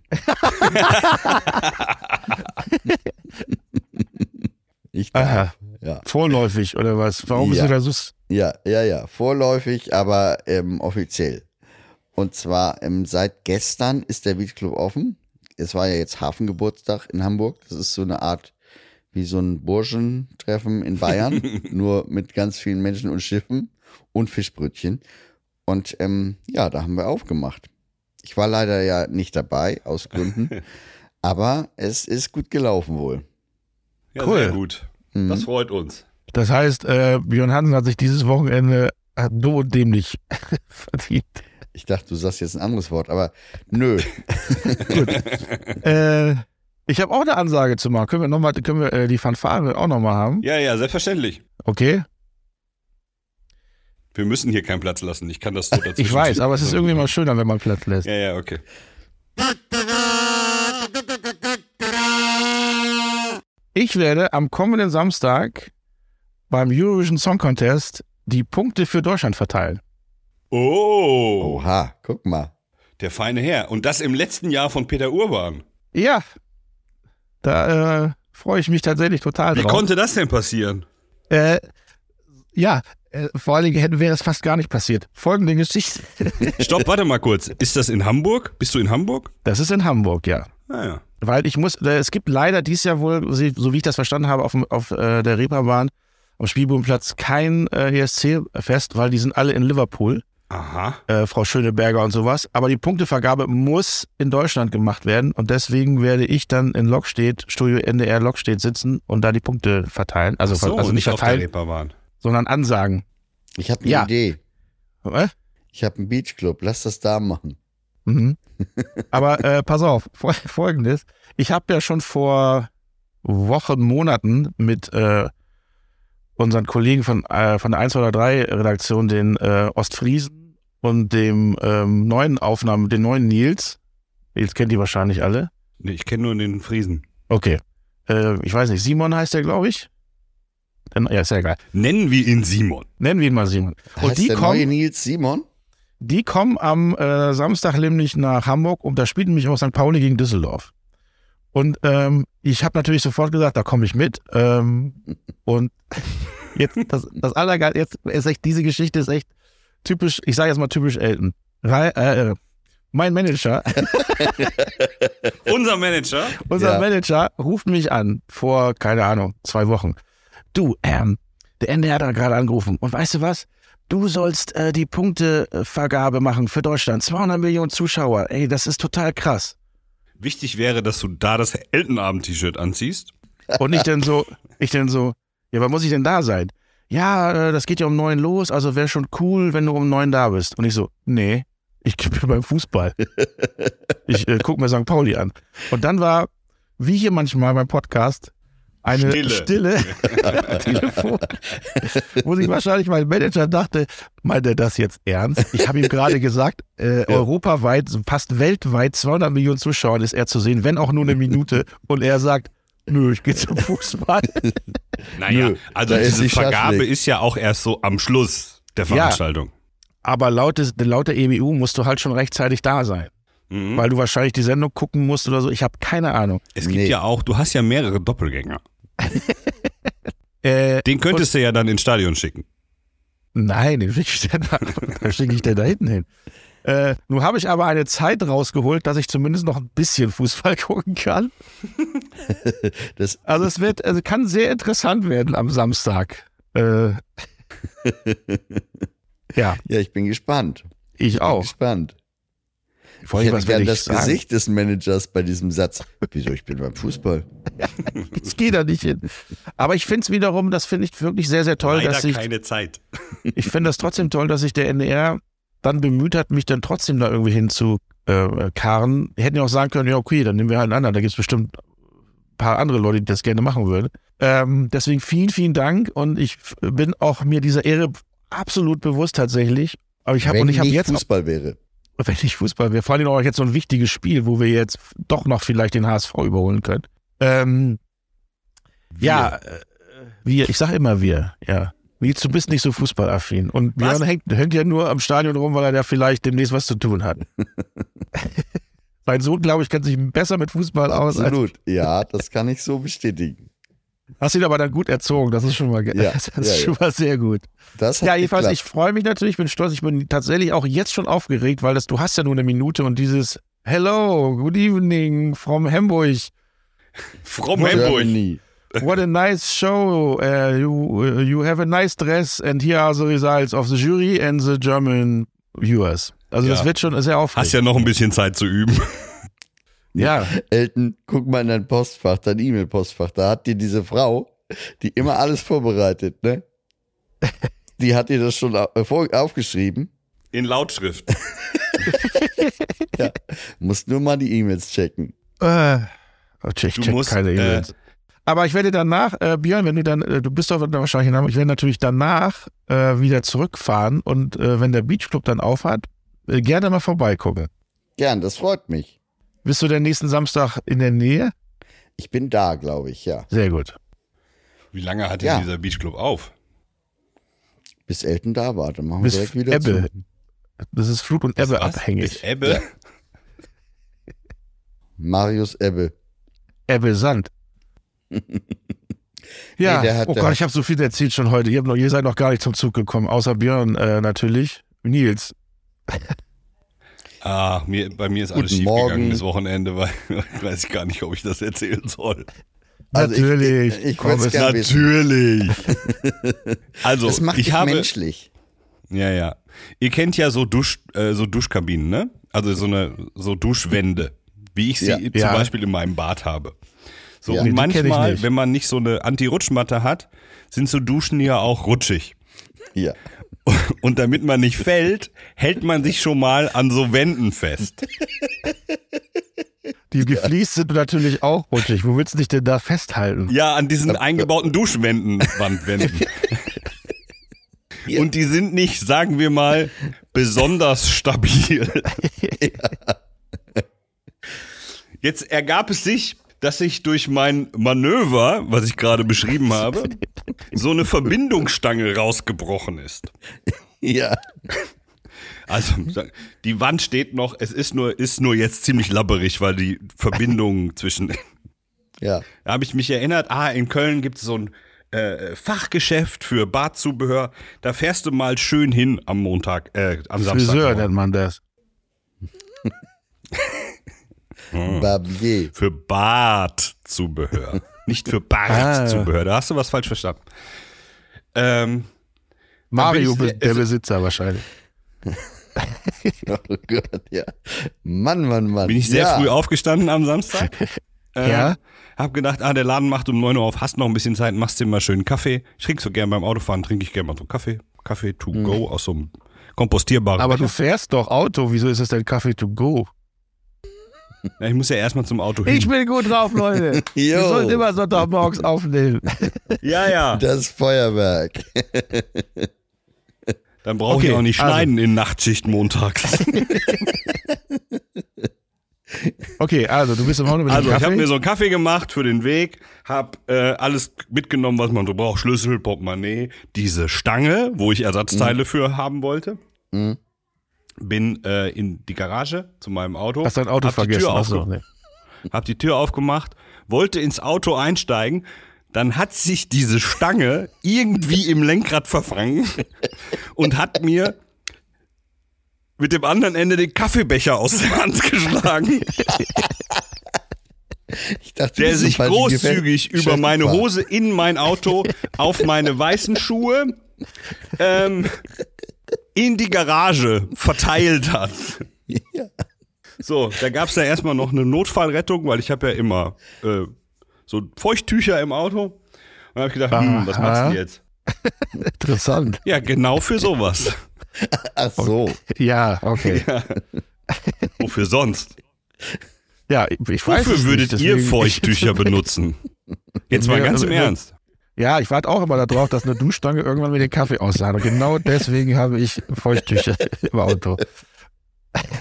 S4: ich
S2: Aha.
S4: darf, ja.
S2: Vorläufig oder was? Warum bist
S4: Ja.
S2: du da so...
S4: Ja, ja, ja. Vorläufig, aber ähm, offiziell. Und zwar ähm, seit gestern ist der Beach Club offen. Es war ja jetzt Hafengeburtstag in Hamburg. Das ist so eine Art wie so ein Burschentreffen in Bayern, nur mit ganz vielen Menschen und Schiffen und Fischbrötchen. Und ähm, ja, da haben wir aufgemacht. Ich war leider ja nicht dabei, aus Gründen. aber es ist gut gelaufen wohl.
S3: Ja,
S2: Cool.
S3: Sehr gut.
S4: Mhm.
S3: Das freut uns.
S2: Das heißt, äh, Björn Hansen hat sich dieses Wochenende äh, dumm und dämlich verdient.
S4: Ich dachte, du sagst jetzt ein anderes Wort, aber nö.
S2: Äh, ich habe auch eine Ansage zu machen. Können wir, noch mal, können wir äh, die Fanfare auch nochmal haben?
S3: Ja, ja, selbstverständlich.
S2: Okay?
S3: Wir müssen hier keinen Platz lassen. Ich kann das so dazu.
S2: Ich weiß, aber es ist irgendwie mal schöner, wenn man Platz lässt.
S3: Ja, ja, okay.
S2: Ich werde am kommenden Samstag beim Eurovision Song Contest die Punkte für Deutschland verteilen.
S3: Oh,
S4: Oha, guck mal.
S3: der feine Herr. Und das im letzten Jahr von Peter Urban.
S2: Ja, da äh, freue ich mich tatsächlich total
S3: Wie
S2: drauf.
S3: konnte das denn passieren?
S2: Äh, ja, Äh, vor allen Dingen hätte, wäre es fast gar nicht passiert. Folgende Geschichte.
S3: Stopp, warte mal kurz. Ist das in Hamburg? Bist du in Hamburg? Ah,
S2: Das ist in Hamburg, ja.
S3: Naja.
S2: Weil ich muss, äh, es gibt leider dieses Jahr wohl, so wie ich das verstanden habe, auf, dem- auf äh, der Reeperbahn, am Spielbodenplatz kein äh, ESC-Fest, weil die sind alle in Liverpool,
S3: Aha.
S2: äh, Frau Schöneberger und sowas. Aber die Punktevergabe muss in Deutschland gemacht werden und deswegen werde ich dann in Lockstedt, Studio NDR Lockstedt sitzen und da die Punkte verteilen. Also,
S3: Ach so,
S2: also nicht
S3: nicht auf der
S2: verteilen,
S3: Reeperbahn.
S2: sondern ansagen.
S4: Ich habe eine
S2: Ja.
S4: Idee.
S2: Äh?
S4: Ich habe einen Beachclub. Lass das da machen.
S2: Mhm. Aber äh, pass auf, fol- folgendes. Ich habe ja schon vor Wochen, Monaten mit äh, unseren Kollegen von, äh, von der 1 oder 3 Redaktion, den äh, Ostfriesen und dem ähm, neuen Aufnahmen, den neuen Nils. Nils kennt die wahrscheinlich alle.
S3: Nee, ich kenne nur den Friesen.
S2: Okay. Äh, ich weiß nicht, Simon heißt der, glaube ich. Dann, ja, ist ja egal.
S3: Nennen wir ihn Simon.
S2: Nennen wir ihn mal Simon. Und
S4: heißt
S2: Oh, die
S4: der
S2: kommen-
S4: neue Nils Simon?
S2: Die kommen am äh, Samstag nämlich nach Hamburg und da spielt nämlich auch St. Pauli gegen Düsseldorf. Und ähm, ich habe natürlich sofort gesagt, da komme ich mit. Ähm, und jetzt, das, das Allergeil, jetzt ist echt, diese Geschichte ist echt typisch, ich sage jetzt mal typisch Elton. Rei- äh, äh, mein Manager,
S3: Unser Manager.
S2: unser
S4: Ja.
S2: Manager ruft mich an vor, keine Ahnung, zwei Wochen. Du, ähm, der NDR hat da gerade angerufen. Und weißt du was? Du sollst äh, die Punktevergabe machen für Deutschland. 200 Millionen Zuschauer. Ey, das ist total krass.
S3: Wichtig wäre, dass du da das Eltenabend-T-Shirt anziehst.
S2: Und ich denn so, ich denn so, ja, wann muss ich denn da sein? Ja, äh, das geht ja um neun los, also wäre schon cool, wenn du um neun da bist. Und ich so, nee, ich bin beim Fußball. Ich äh, guck mir St. Pauli an. Und dann war, wie hier manchmal beim Podcast, eine
S3: Stille.
S2: Stille am Telefon, wo sich wahrscheinlich mein Manager dachte, meint er das jetzt ernst? Ich habe ihm gerade gesagt, äh, europaweit, fast weltweit 200 Millionen Zuschauern ist er zu sehen, wenn auch nur eine Minute. Und er sagt, nö, ich gehe zum Fußball.
S3: Naja,
S4: Nö,
S3: also
S4: da ist
S3: diese
S4: die
S3: Vergabe
S4: Schaschlik.
S3: ist ja auch erst so am Schluss der Veranstaltung.
S2: Aber laut, des, laut der EBU musst du halt schon rechtzeitig da sein,
S3: Mhm.
S2: weil du wahrscheinlich die Sendung gucken musst oder so. Ich habe keine Ahnung.
S3: Es gibt
S4: Nee.
S3: ja auch, du hast ja mehrere Doppelgänger.
S2: Äh,
S3: Den könntest du ja dann ins Stadion schicken.
S2: nein, den schicke ich denn da, da, schick ich denn da hinten hin. Äh, nun habe ich aber eine Zeit rausgeholt, dass ich zumindest noch ein bisschen Fußball gucken kann.
S4: Das,
S2: Also es wird, also kann sehr interessant werden am Samstag. Äh, ja,
S4: ja, ich bin gespannt.
S2: ich
S4: Bin
S2: auch.
S4: gespannt.
S2: Vor
S4: ich
S2: allem,
S4: hätte
S2: Oh. was will
S4: gern
S2: ich
S4: das
S2: sagen?
S4: Gesicht des Managers bei diesem Satz. Wieso, ich bin beim Fußball?
S2: Ich gehe da nicht hin. Aber ich finde es wiederum, das finde ich wirklich sehr, sehr toll, dass
S3: Leider
S2: ich
S3: keine Zeit.
S2: ich finde das trotzdem toll, dass sich der NDR dann bemüht hat, mich dann trotzdem da irgendwie hinzukarren. Hätten ja auch sagen können, ja, okay, dann nehmen wir halt einen anderen. Da gibt es bestimmt ein paar andere Leute, die das gerne machen würden. Ähm, deswegen vielen, vielen Dank und ich f- bin auch mir dieser Ehre absolut bewusst tatsächlich. Aber ich habe
S4: Wenn
S2: und ich habe
S4: nicht
S2: jetzt, auch,
S4: Fußball wäre.
S2: wenn ich Fußball wäre, vor allem auch jetzt so ein wichtiges Spiel, wo wir jetzt doch noch vielleicht den HSV überholen können. Ähm, ja, äh, wir, ich sag immer wir, ja. Nils, du bist nicht so fußballaffin. Und
S3: Was?
S2: Björn hängt, hängt ja nur am Stadion rum, weil er da vielleicht demnächst was zu tun hat. mein Sohn, glaube ich, kennt sich besser mit Fußball aus. Als,
S4: Absolut. Ja, das kann ich so bestätigen.
S2: hast ihn aber dann gut erzogen. Das ist schon mal, ge-
S4: Ja,
S2: das ist
S4: ja,
S2: schon mal sehr gut.
S4: Das hat
S2: Ja, jedenfalls, ich
S4: geklappt.
S2: freue mich natürlich, bin stolz. Ich bin tatsächlich auch jetzt schon aufgeregt, weil das, du hast ja nur eine Minute und dieses Hello, good evening from Hamburg.
S3: From Hamburg.
S4: Germany.
S2: What a nice show. Uh, you, uh, you have a nice dress and here are the results of the jury and the German viewers. Also
S3: Ja.
S2: das wird schon sehr
S3: Hast
S2: aufregend.
S3: ja noch ein bisschen Zeit zu üben.
S2: Ja,
S4: Elton, guck mal in dein Postfach, dein E-Mail-Postfach. Da hat dir diese Frau, die immer alles vorbereitet, ne? Die hat dir das schon au- äh, vor- aufgeschrieben.
S3: In Lautschrift.
S4: Musst nur mal die E-Mails checken.
S2: Äh, oh, check,
S3: Du
S2: check,
S3: musst,
S2: keine
S3: äh,
S2: E-Mails. Aber ich werde danach, äh, Björn, wenn du dann, äh, du bist doch dann wahrscheinlich in Hamburg, ich werde natürlich danach äh, wieder zurückfahren und äh, wenn der Beachclub dann aufhat, äh, gerne mal vorbeigucken.
S4: Gern, das freut mich.
S2: Bist du denn nächsten Samstag in der Nähe?
S4: Ich bin da, glaube ich, ja.
S2: Sehr gut.
S3: Wie lange hat denn
S4: Ja.
S3: dieser Beachclub auf?
S4: Bis Elton da war, dann machen wir
S2: Bis
S4: direkt wieder
S2: Ebbe.
S4: zu.
S2: Das ist Flug- und Ebbe abhängig.
S3: Bis Ebbe.
S4: Marius Ebbe.
S2: Ebbe Sand. Ja,
S4: der hat, äh,
S2: oh
S4: der
S2: Gott,
S4: hat-
S2: ich habe so viel erzählt schon heute. Ihr, habt noch, ihr seid noch gar nicht zum Zug gekommen, außer Björn äh, natürlich. Nils,
S3: Ah, mir, bei mir ist alles
S4: Guten
S3: schiefgegangen
S4: Morgen.
S3: das Wochenende, weil weiß ich gar nicht, ob ich das erzählen soll.
S4: Also ich-
S2: natürlich.
S4: ich- ich
S2: Komm,
S4: würd's
S2: es-
S4: gern- Ja, wir-
S3: Natürlich. also,
S4: das macht
S3: ich
S4: dich
S3: habe
S4: menschlich.
S3: ja, ja. Ihr kennt ja so Dusch äh, so Duschkabinen, ne? Also so eine so Duschwände, wie ich sie
S4: Ja.
S3: zum
S2: Ja.
S3: Beispiel in meinem Bad habe. So
S4: Ja.
S3: und
S2: Nee, die kenn ich
S3: manchmal,
S2: nicht.
S3: wenn man nicht so eine Anti-Rutschmatte hat, sind so Duschen ja auch rutschig.
S4: Ja.
S3: Und damit man nicht fällt, hält man sich schon mal an so Wänden fest.
S2: die gefliest sind natürlich auch rutschig. Wo willst du dich denn da festhalten?
S3: Ja, an diesen eingebauten Duschwänden, Wandwänden. Und die sind nicht, sagen wir mal, besonders stabil. Jetzt ergab es sich, dass ich durch mein Manöver, was ich gerade beschrieben habe, so eine Verbindungsstange rausgebrochen ist.
S4: Ja.
S3: Also sag- die Wand steht noch, es ist nur, ist nur jetzt ziemlich labberig, weil die Verbindung zwischen
S4: Ja.
S3: Da habe ich mich erinnert, ah, in Köln gibt es so ein äh, Fachgeschäft für Badzubehör. Da fährst du mal schön hin am Montag, äh, am Samstag.
S2: Friseur nennt man das.
S4: Hm. Barbier.
S3: Für Badzubehör. Nicht für Bartzubehör. Da hast du was falsch verstanden. Ähm,
S2: Mario,
S3: bin ich-
S2: der
S3: es-
S2: Besitzer wahrscheinlich.
S4: Oh Gott, ja. Mann, Mann, Mann.
S3: bin ich sehr
S4: ja.
S3: früh aufgestanden am Samstag. Äh,
S2: Ja.
S3: Hab gedacht, ah, der Laden macht um 9 Uhr auf, hast noch ein bisschen Zeit, machst dir mal schönen Kaffee. Ich trinke so gern beim Autofahren, trinke ich gern mal so Kaffee. Kaffee to go aus so einem kompostierbaren
S2: Mhm. Aber
S3: Becher.
S2: du fährst doch Auto. Wieso ist es denn Kaffee to go?
S3: Na, Ich muss ja erstmal zum Auto hin.
S2: Ich bin gut drauf, Leute. Wir
S4: Jo.
S2: sollten immer Sonntagmorgens aufnehmen.
S3: ja, ja.
S4: Das Feuerwerk.
S3: Dann brauche
S2: Okay,
S3: ich auch nicht
S2: also.
S3: schneiden in Nachtschicht montags.
S2: Okay, also du bist im Auto mit
S3: Also
S2: dem
S3: ich habe mir
S2: Kaffee.
S3: so einen Kaffee gemacht für den Weg, habe äh, alles mitgenommen, was man so braucht. Schlüssel, Portemonnaie, diese Stange, wo ich
S2: Mhm.
S3: Ersatzteile für haben wollte.
S4: Mhm.
S3: Bin äh, in die Garage zu meinem Auto.
S2: Hast dein Auto
S3: hab
S2: vergessen.
S3: Die Tür
S2: Achso,
S3: aufge-
S2: nee.
S3: Hab die Tür aufgemacht, wollte ins Auto einsteigen. Dann hat sich diese Stange irgendwie im Lenkrad verfangen und hat mir mit dem anderen Ende den Kaffeebecher aus der Hand geschlagen.
S4: Ich dachte, du
S3: der
S4: bist im
S3: sich
S4: falschen
S3: großzügig
S4: Gefäß-
S3: über meine
S4: Geschäft
S3: Hose in mein Auto auf meine weißen Schuhe ähm, in die Garage verteilt hat.
S4: war. Ja.
S3: So, da gab es ja erstmal noch eine Notfallrettung, weil ich habe ja immer äh, so Feuchttücher im Auto. Und da habe ich gedacht, hm, was machst du denn jetzt?
S2: Interessant.
S3: Ja, genau für sowas.
S4: Ach so.
S3: Oh.
S2: Ja, okay.
S3: Wofür sonst?
S2: Ja, ich- ich weiß es
S3: Wofür würdet
S2: nicht,
S3: ihr
S2: deswegen-
S3: Feuchttücher benutzen? Jetzt mal
S2: Ja,
S3: ganz
S2: also,
S3: im
S2: ja.
S3: Ernst.
S2: Ja, ich warte auch immer darauf, dass eine Duschstange irgendwann mit dem Kaffee aussah. Und genau deswegen habe ich Feuchttücher im Auto.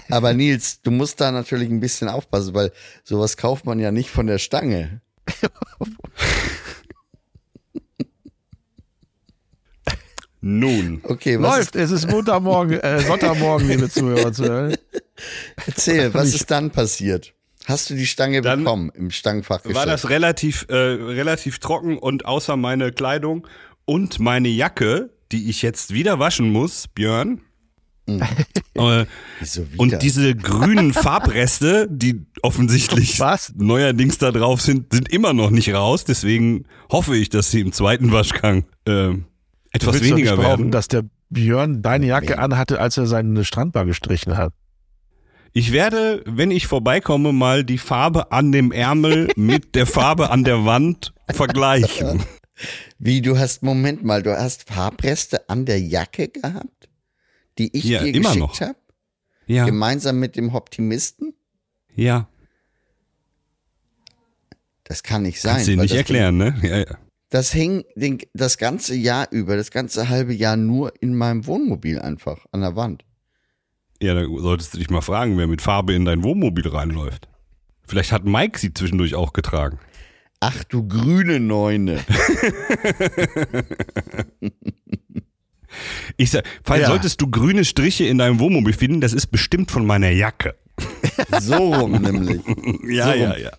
S4: Aber Nils, du musst da natürlich ein bisschen aufpassen, weil sowas kauft man ja nicht von der Stange.
S3: Nun.
S4: Okay, was
S2: Läuft, es ist Montagmorgen, äh, Sonntagmorgen, liebe Zuhörer zu hören.
S4: Ist, erzähl, was ist dann passiert? Hast du die Stange
S3: Dann
S4: bekommen im Stangenfachgeschäft?
S3: war das relativ, äh, relativ trocken und außer meine Kleidung und meine Jacke, die ich jetzt wieder waschen muss, Björn.
S2: Hm.
S3: Äh,
S4: Wieso wieder?
S3: und diese grünen Farbreste, die offensichtlich
S2: Was?
S3: neuerdings da drauf sind, sind immer noch nicht raus. Deswegen hoffe ich, dass sie im zweiten Waschgang äh,
S2: Du
S3: etwas
S2: willst doch nicht
S3: weniger
S2: behaupten,
S3: werden.
S2: dass der Björn deine Jacke
S4: Weniger.
S2: anhatte, als er seine Strandbar gestrichen hat.
S3: Ich werde, wenn ich vorbeikomme, mal die Farbe an dem Ärmel mit der Farbe an der Wand vergleichen.
S4: Wie, du hast, Moment mal, du hast Farbreste an der Jacke gehabt, die ich
S3: Ja,
S4: dir
S3: immer noch.
S4: geschickt habe?
S3: Ja,
S4: Gemeinsam mit dem Optimisten?
S3: ja.
S4: Das kann nicht sein.
S3: Kannst du
S4: weil
S3: nicht
S4: das
S3: erklären, ne? Ja, ja.
S4: Das hing den, das ganze Jahr über, das ganze halbe Jahr nur in meinem Wohnmobil einfach an der Wand.
S3: Ja, da solltest du dich mal fragen, wer mit Farbe in dein Wohnmobil reinläuft. Vielleicht hat Mike sie zwischendurch auch getragen.
S4: Ach du grüne Neune.
S3: Ich sag, falls
S2: Ja.
S3: solltest du grüne Striche in deinem Wohnmobil finden, das ist bestimmt von meiner Jacke.
S4: So rum nämlich.
S3: Ja,
S4: So
S3: ja,
S4: rum.
S3: ja.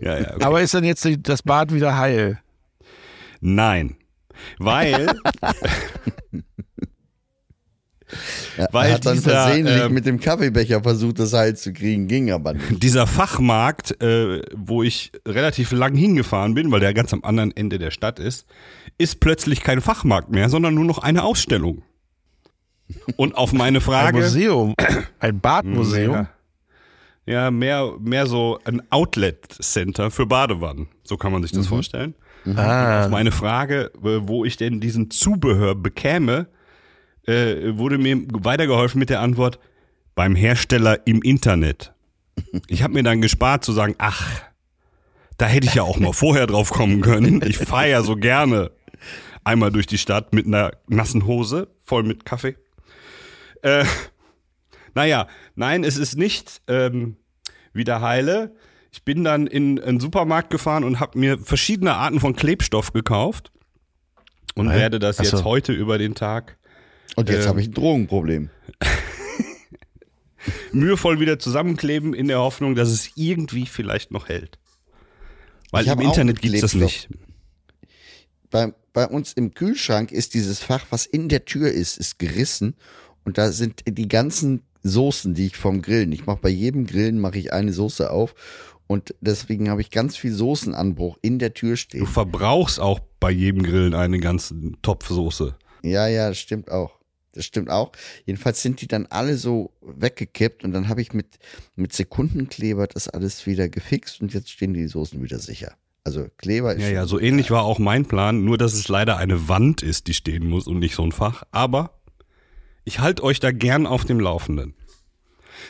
S3: Ja, ja. Okay.
S2: Aber ist dann jetzt die- das Bad wieder heil?
S3: Nein. Weil.
S4: Er
S3: Weil
S4: hat dann
S3: dieser,
S4: versehentlich
S3: ähm,
S4: mit dem Kaffeebecher versucht, das Heil zu kriegen, ging aber nicht.
S3: dieser Fachmarkt, äh, wo ich relativ lang hingefahren bin, weil der ganz am anderen Ende der Stadt ist, ist plötzlich kein Fachmarkt mehr, sondern nur noch eine Ausstellung. Und auf meine
S2: Ein
S3: Frage.
S2: Museum, ein Badmuseum.
S3: Ja. Ja, mehr, mehr so ein Outlet-Center für Badewannen. So kann man sich das vorstellen. Auf
S2: Ah,
S3: meine Frage, äh, wo ich denn diesen Zubehör bekäme, äh, wurde mir weitergeholfen mit der Antwort, beim Hersteller im Internet. Ich habe mir dann gespart zu sagen, ach, da hätte ich ja auch mal vorher drauf kommen können. Ich fahre ja so gerne einmal durch die Stadt mit einer nassen Hose, voll mit Kaffee. Äh, naja, nein, es ist nicht ähm, wieder heile. Ich bin dann in einen Supermarkt gefahren und habe mir verschiedene Arten von Klebstoff gekauft und
S2: Hä?
S3: werde das
S2: Ach so.
S3: jetzt heute über den Tag
S4: Und jetzt
S3: Ähm.
S4: habe ich ein Drogenproblem.
S3: mühevoll wieder zusammenkleben in der Hoffnung, dass es irgendwie vielleicht noch hält. Weil
S4: Ich hab
S3: im
S4: auch
S3: Internet gibt es das nicht.
S4: Klebstoff. Bei, bei uns im Kühlschrank ist dieses Fach, was in der Tür ist, ist gerissen. Und da sind die ganzen Soßen, die ich vom Grillen, ich mache bei jedem Grillen, mache ich eine Soße auf. Und deswegen habe ich ganz viel Soßenanbruch in der Tür
S3: Du
S4: stehen.
S3: verbrauchst auch bei jedem Grillen einen ganzen Topf Soße.
S4: Ja, ja, das stimmt auch. Das stimmt auch. Jedenfalls sind die dann alle so weggekippt und dann habe ich mit, mit Sekundenkleber das alles wieder gefixt und jetzt stehen die Soßen wieder sicher. Also Kleber ist
S3: Ja,
S4: schon-
S3: ja, so ähnlich war auch mein Plan, nur dass es leider eine Wand ist, die stehen muss und nicht so ein Fach. Aber ich halte euch da gern auf dem Laufenden.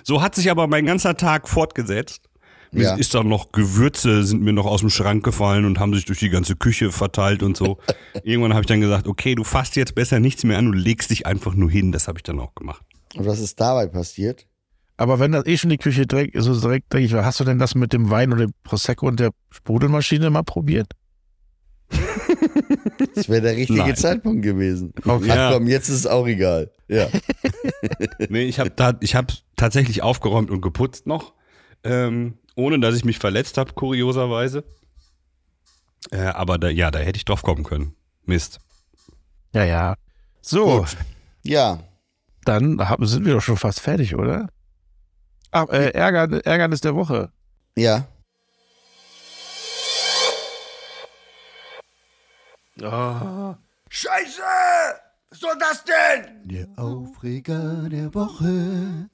S3: So hat sich aber mein ganzer Tag fortgesetzt. Mir
S4: Ja.
S3: ist dann noch Gewürze sind mir noch aus dem Schrank gefallen und haben sich durch die ganze Küche verteilt und so. Irgendwann habe ich dann gesagt, okay, du fasst jetzt besser nichts mehr an, du legst dich einfach nur hin. Das habe ich dann auch gemacht.
S4: Und was ist dabei passiert?
S2: aber wenn das eh schon die Küche direkt, so direkt dreckig war, hast du denn das mit dem Wein und dem Prosecco und der Sprudelmaschine mal probiert?
S4: Das wäre der richtige
S3: Nein.
S4: Zeitpunkt gewesen.
S2: Okay.
S4: Ach
S3: Ja.
S4: komm, jetzt ist es auch egal. Ja.
S3: Nee, ich habe da, ich hab tatsächlich aufgeräumt und geputzt noch, ähm, ohne dass ich mich verletzt habe, kurioserweise. Äh, aber da, ja, da hätte ich drauf kommen können. Mist.
S2: Ja, ja. So,
S4: Gut. Ja.
S2: dann haben, sind wir doch schon fast fertig, oder? Ach, äh, Ärger, Ärgernis der Woche.
S4: Ja.
S5: Scheiße! Was soll das denn? Der Aufreger der Woche.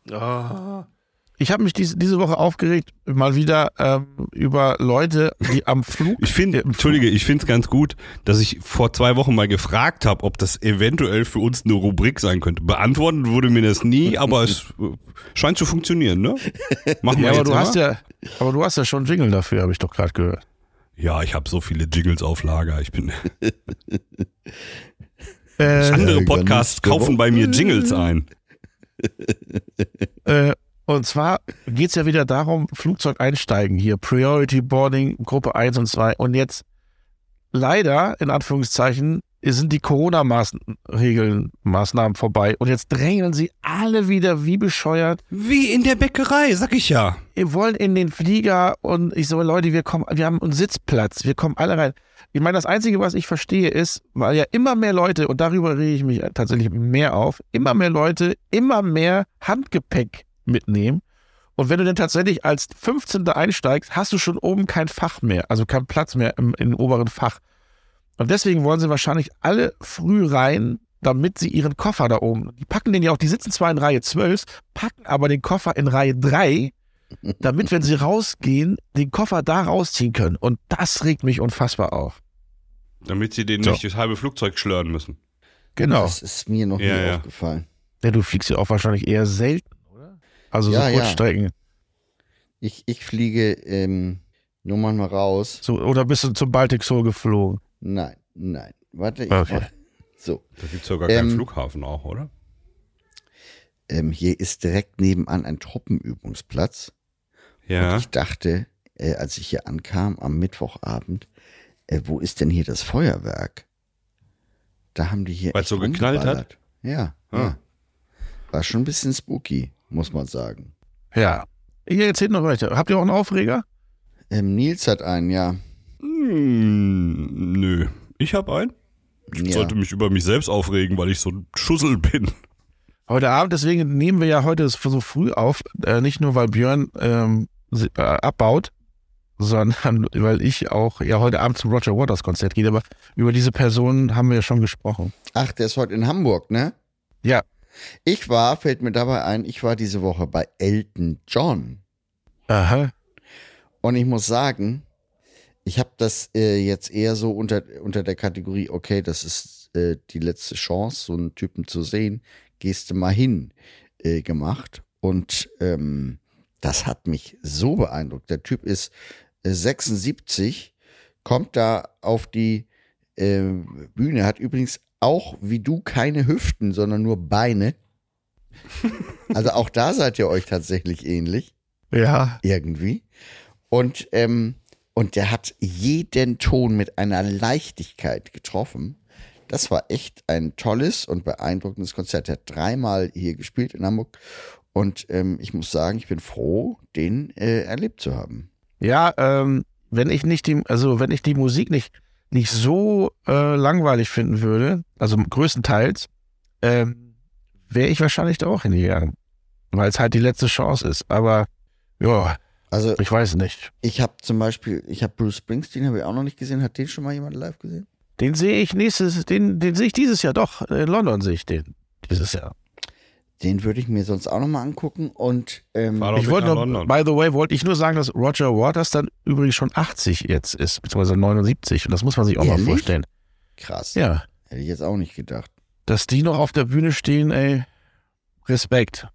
S2: Ich habe mich diese, diese Woche aufgeregt, mal wieder ähm, über Leute, die am Flug.
S3: Ich finde, entschuldige, ich finde es ganz gut, dass ich vor zwei Wochen mal gefragt habe, ob das eventuell für uns eine Rubrik sein könnte. Beantwortet wurde mir das nie, aber es äh, scheint zu funktionieren, ne? Machen
S2: Ja,
S3: wir jetzt
S2: aber du
S3: mal.
S2: hast ja, aber du hast ja schon einen Jingle dafür, habe ich doch gerade gehört.
S3: ja, ich habe so viele Jingles auf Lager. Ich bin
S2: Äh,
S3: andere Podcasts kaufen bei mir Jingles ein.
S2: äh, und zwar geht es ja wieder darum, Flugzeug einsteigen hier, Priority Boarding, Gruppe 1 und 2. Und jetzt leider, in Anführungszeichen, sind die Corona-Regeln, Maßnahmen vorbei. Und jetzt drängeln sie alle wieder wie bescheuert
S3: Wie in der Bäckerei, sag ich ja.
S2: wir wollen in den Flieger und ich so, Leute, wir kommen, wir haben einen Sitzplatz, wir kommen alle rein. Ich meine, das Einzige, was ich verstehe, ist, weil ja immer mehr Leute, und darüber rege ich mich tatsächlich mehr auf, immer mehr Leute immer mehr Handgepäck mitnehmen. Und wenn du dann tatsächlich als 15. einsteigst, hast du schon oben kein Fach mehr, also keinen Platz mehr im, im oberen Fach. Und deswegen wollen sie wahrscheinlich alle früh rein, damit sie ihren Koffer da oben, die packen den ja auch, die sitzen zwar in Reihe 12, packen aber den Koffer in Reihe 3, damit, wenn sie rausgehen, den Koffer da rausziehen können. Und das regt mich unfassbar auf.
S3: Damit sie den
S2: So.
S3: nicht das halbe Flugzeug schlören müssen.
S2: Genau.
S4: Das ist mir noch
S3: Ja,
S4: nie
S3: ja.
S4: aufgefallen.
S2: Ja, du fliegst ja auch wahrscheinlich eher selten, oder? Also
S4: Ja,
S2: so
S4: ja.
S2: Kurzstrecken.
S4: Ich, ich fliege ähm, nur mal mal raus.
S2: So, oder bist du zum Baltic Soul geflogen?
S4: Nein, nein. Warte, ich
S2: Okay.
S4: mach- So.
S3: Da gibt es ja gar
S4: Ähm.
S3: keinen Flughafen auch, oder?
S4: Ähm, hier ist direkt nebenan ein Truppenübungsplatz.
S3: Ja.
S4: Und ich dachte, äh, als ich hier ankam am Mittwochabend, äh, wo ist denn hier das Feuerwerk? Da haben die hier.
S3: Weil's
S4: echt
S3: so geknallt hat?
S4: rumgeballert. Ja,
S3: Ah.
S4: ja. War schon ein bisschen spooky, muss man sagen.
S2: Ja. Ihr erzählt noch weiter. Habt ihr auch einen Aufreger?
S4: Ähm, Nils hat einen, ja.
S3: Hm, nö. Ich habe einen. Ich
S4: Ja.
S3: sollte mich über mich selbst aufregen, weil ich so ein Schussel bin.
S2: Heute Abend, deswegen nehmen wir ja heute so früh auf, äh, nicht nur weil Björn ähm, si- äh, abbaut, sondern weil ich auch ja heute Abend zum Roger Waters Konzert gehe. Aber über diese Personen haben wir ja schon gesprochen.
S4: Ach, der ist heute in Hamburg, ne?
S2: Ja.
S4: Ich war, fällt mir dabei ein, ich war diese Woche bei Elton John.
S2: Aha.
S4: Und ich muss sagen, ich habe das äh, jetzt eher so unter, unter der Kategorie, okay, das ist äh, die letzte Chance, so einen Typen zu sehen, gehst du mal hin äh, gemacht. Und ähm, das hat mich so beeindruckt. Der Typ ist äh, 76, kommt da auf die äh, Bühne, hat übrigens auch wie du keine Hüften, sondern nur Beine. Also auch da seid ihr euch tatsächlich ähnlich
S2: Ja.
S4: irgendwie. Und, ähm, und der hat jeden Ton mit einer Leichtigkeit getroffen. Das war echt ein tolles und beeindruckendes Konzert. Er hat dreimal hier gespielt in Hamburg. Und ähm, ich muss sagen, ich bin froh, den äh, erlebt zu haben.
S2: Ja, ähm, wenn ich nicht die, also wenn ich die Musik nicht, nicht so äh, langweilig finden würde, also größtenteils, ähm, wäre ich wahrscheinlich da auch hingegangen. Weil es halt die letzte Chance ist. Aber ja,
S4: Also
S2: ich weiß nicht.
S4: ich habe zum Beispiel, ich habe Bruce Springsteen, habe ich auch noch nicht gesehen. Hat den schon mal jemand live gesehen?
S2: Den sehe ich nächstes, den, den sehe ich dieses Jahr doch. In London sehe ich den. Dieses Jahr.
S4: Den würde ich mir sonst auch noch mal angucken. Und ähm,
S3: War doch
S2: ich
S3: mit
S2: wollte
S3: nach
S2: noch,
S3: London.
S2: by the way, wollte ich nur sagen, dass Roger Waters dann übrigens schon 80 jetzt ist, beziehungsweise 79. Und das muss man sich auch
S4: Ehrlich?
S2: mal vorstellen.
S4: krass.
S2: Ja.
S4: Hätte ich jetzt auch nicht gedacht.
S2: dass die noch auf der Bühne stehen, ey, Respekt.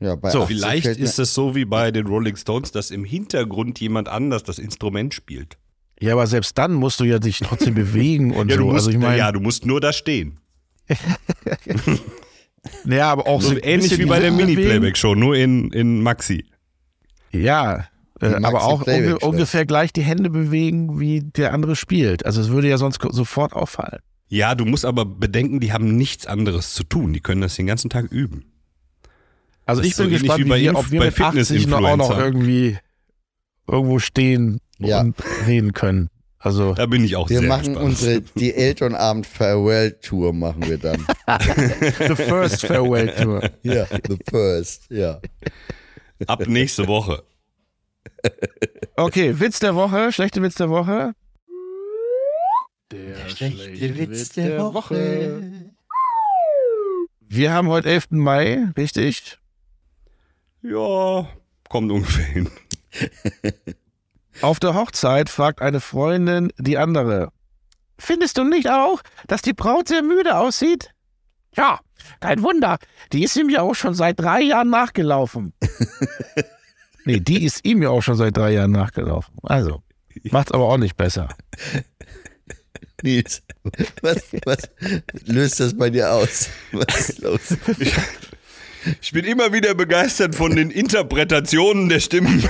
S4: Ja, bei
S2: So,
S4: 80
S3: Vielleicht
S4: fällt mir-
S3: ist es so wie bei den Rolling Stones, dass im Hintergrund jemand anders das Instrument spielt.
S2: Ja, aber selbst dann musst du ja dich trotzdem bewegen und
S3: Ja, du
S2: so.
S3: musst,
S2: also ich meine,
S3: ja,
S2: ja,
S3: du musst nur da stehen.
S2: aber auch
S3: So
S2: ein
S3: ähnlich
S2: bisschen
S3: wie bei der
S2: die Hände bewegen.
S3: Mini-Playback-Show, nur in, in Maxi.
S2: Ja,
S4: Die
S2: äh,
S4: Maxi
S2: aber auch
S4: Playback
S2: unge
S4: Show.
S2: ungefähr gleich die Hände bewegen, wie der andere spielt. Also es würde ja sonst ko- sofort auffallen.
S3: Ja, du musst aber bedenken, die haben nichts anderes zu tun. Die können das den ganzen Tag üben.
S2: Also
S3: Das
S2: ich
S3: ist
S2: bin
S3: so ähnlich
S2: gespannt,
S3: wie
S2: wie
S3: bei
S2: wir,
S3: Inf-
S2: ob wir
S3: bei
S2: mit 80 noch auch noch
S3: Fitness-Influencern.
S2: irgendwie irgendwo stehen
S4: Ja.
S2: und reden können. Also
S3: Da bin ich auch
S4: Wir
S3: sehr
S4: machen
S3: gespannt.
S4: unsere, die Elternabend Farewell Tour machen wir dann.
S2: the first farewell tour.
S4: ja, the first, ja.
S3: Ab nächste Woche.
S2: Okay, Witz der Woche, schlechte Witz der Woche.
S1: Der
S5: Schlechte Witz der Woche.
S2: Wir haben heute 11. Mai, richtig?
S3: Ja, kommt ungefähr hin.
S2: Auf der Hochzeit fragt eine Freundin die andere. Findest du nicht auch, dass die Braut sehr müde aussieht? Ja, kein Wunder. Die ist ihm ja auch schon seit drei Jahren nachgelaufen. nee, die ist ihm ja auch schon seit drei Jahren nachgelaufen. Also, macht's aber auch nicht besser.
S4: Nils, was, was löst das bei dir aus? Was ist los?
S3: Ich bin immer wieder begeistert von den Interpretationen der Stimmen.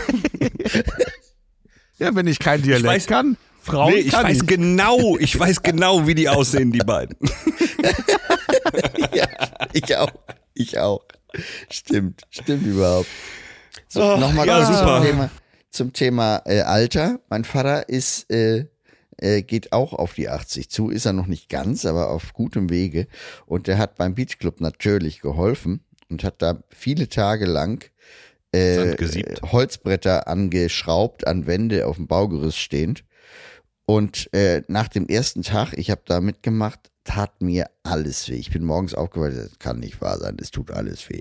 S2: Ja, wenn ich kein Dialekt
S3: weiß-
S2: kann, Frauen
S3: nee, ich
S2: kann
S3: weiß genau, ich weiß genau, wie die aussehen, die beiden.
S4: Ja, ich auch. Ich auch. Stimmt, stimmt überhaupt. So,
S3: Ach,
S4: nochmal
S3: Ah, ja,
S4: kurz
S3: super.
S4: zum Thema, zum Thema äh, Alter. Mein Vater ist, äh, äh, geht auch auf die 80 zu, ist er noch nicht ganz, aber auf gutem Wege. Und der hat beim Beachclub natürlich geholfen und hat da viele Tage lang äh,
S3: Sand gesiebt.
S4: Holzbretter angeschraubt, an Wände auf dem Baugerüst stehend. Und äh, nach dem ersten Tag, ich habe da mitgemacht, tat mir alles weh. Ich bin morgens aufgewacht, das kann nicht wahr sein, das tut alles weh.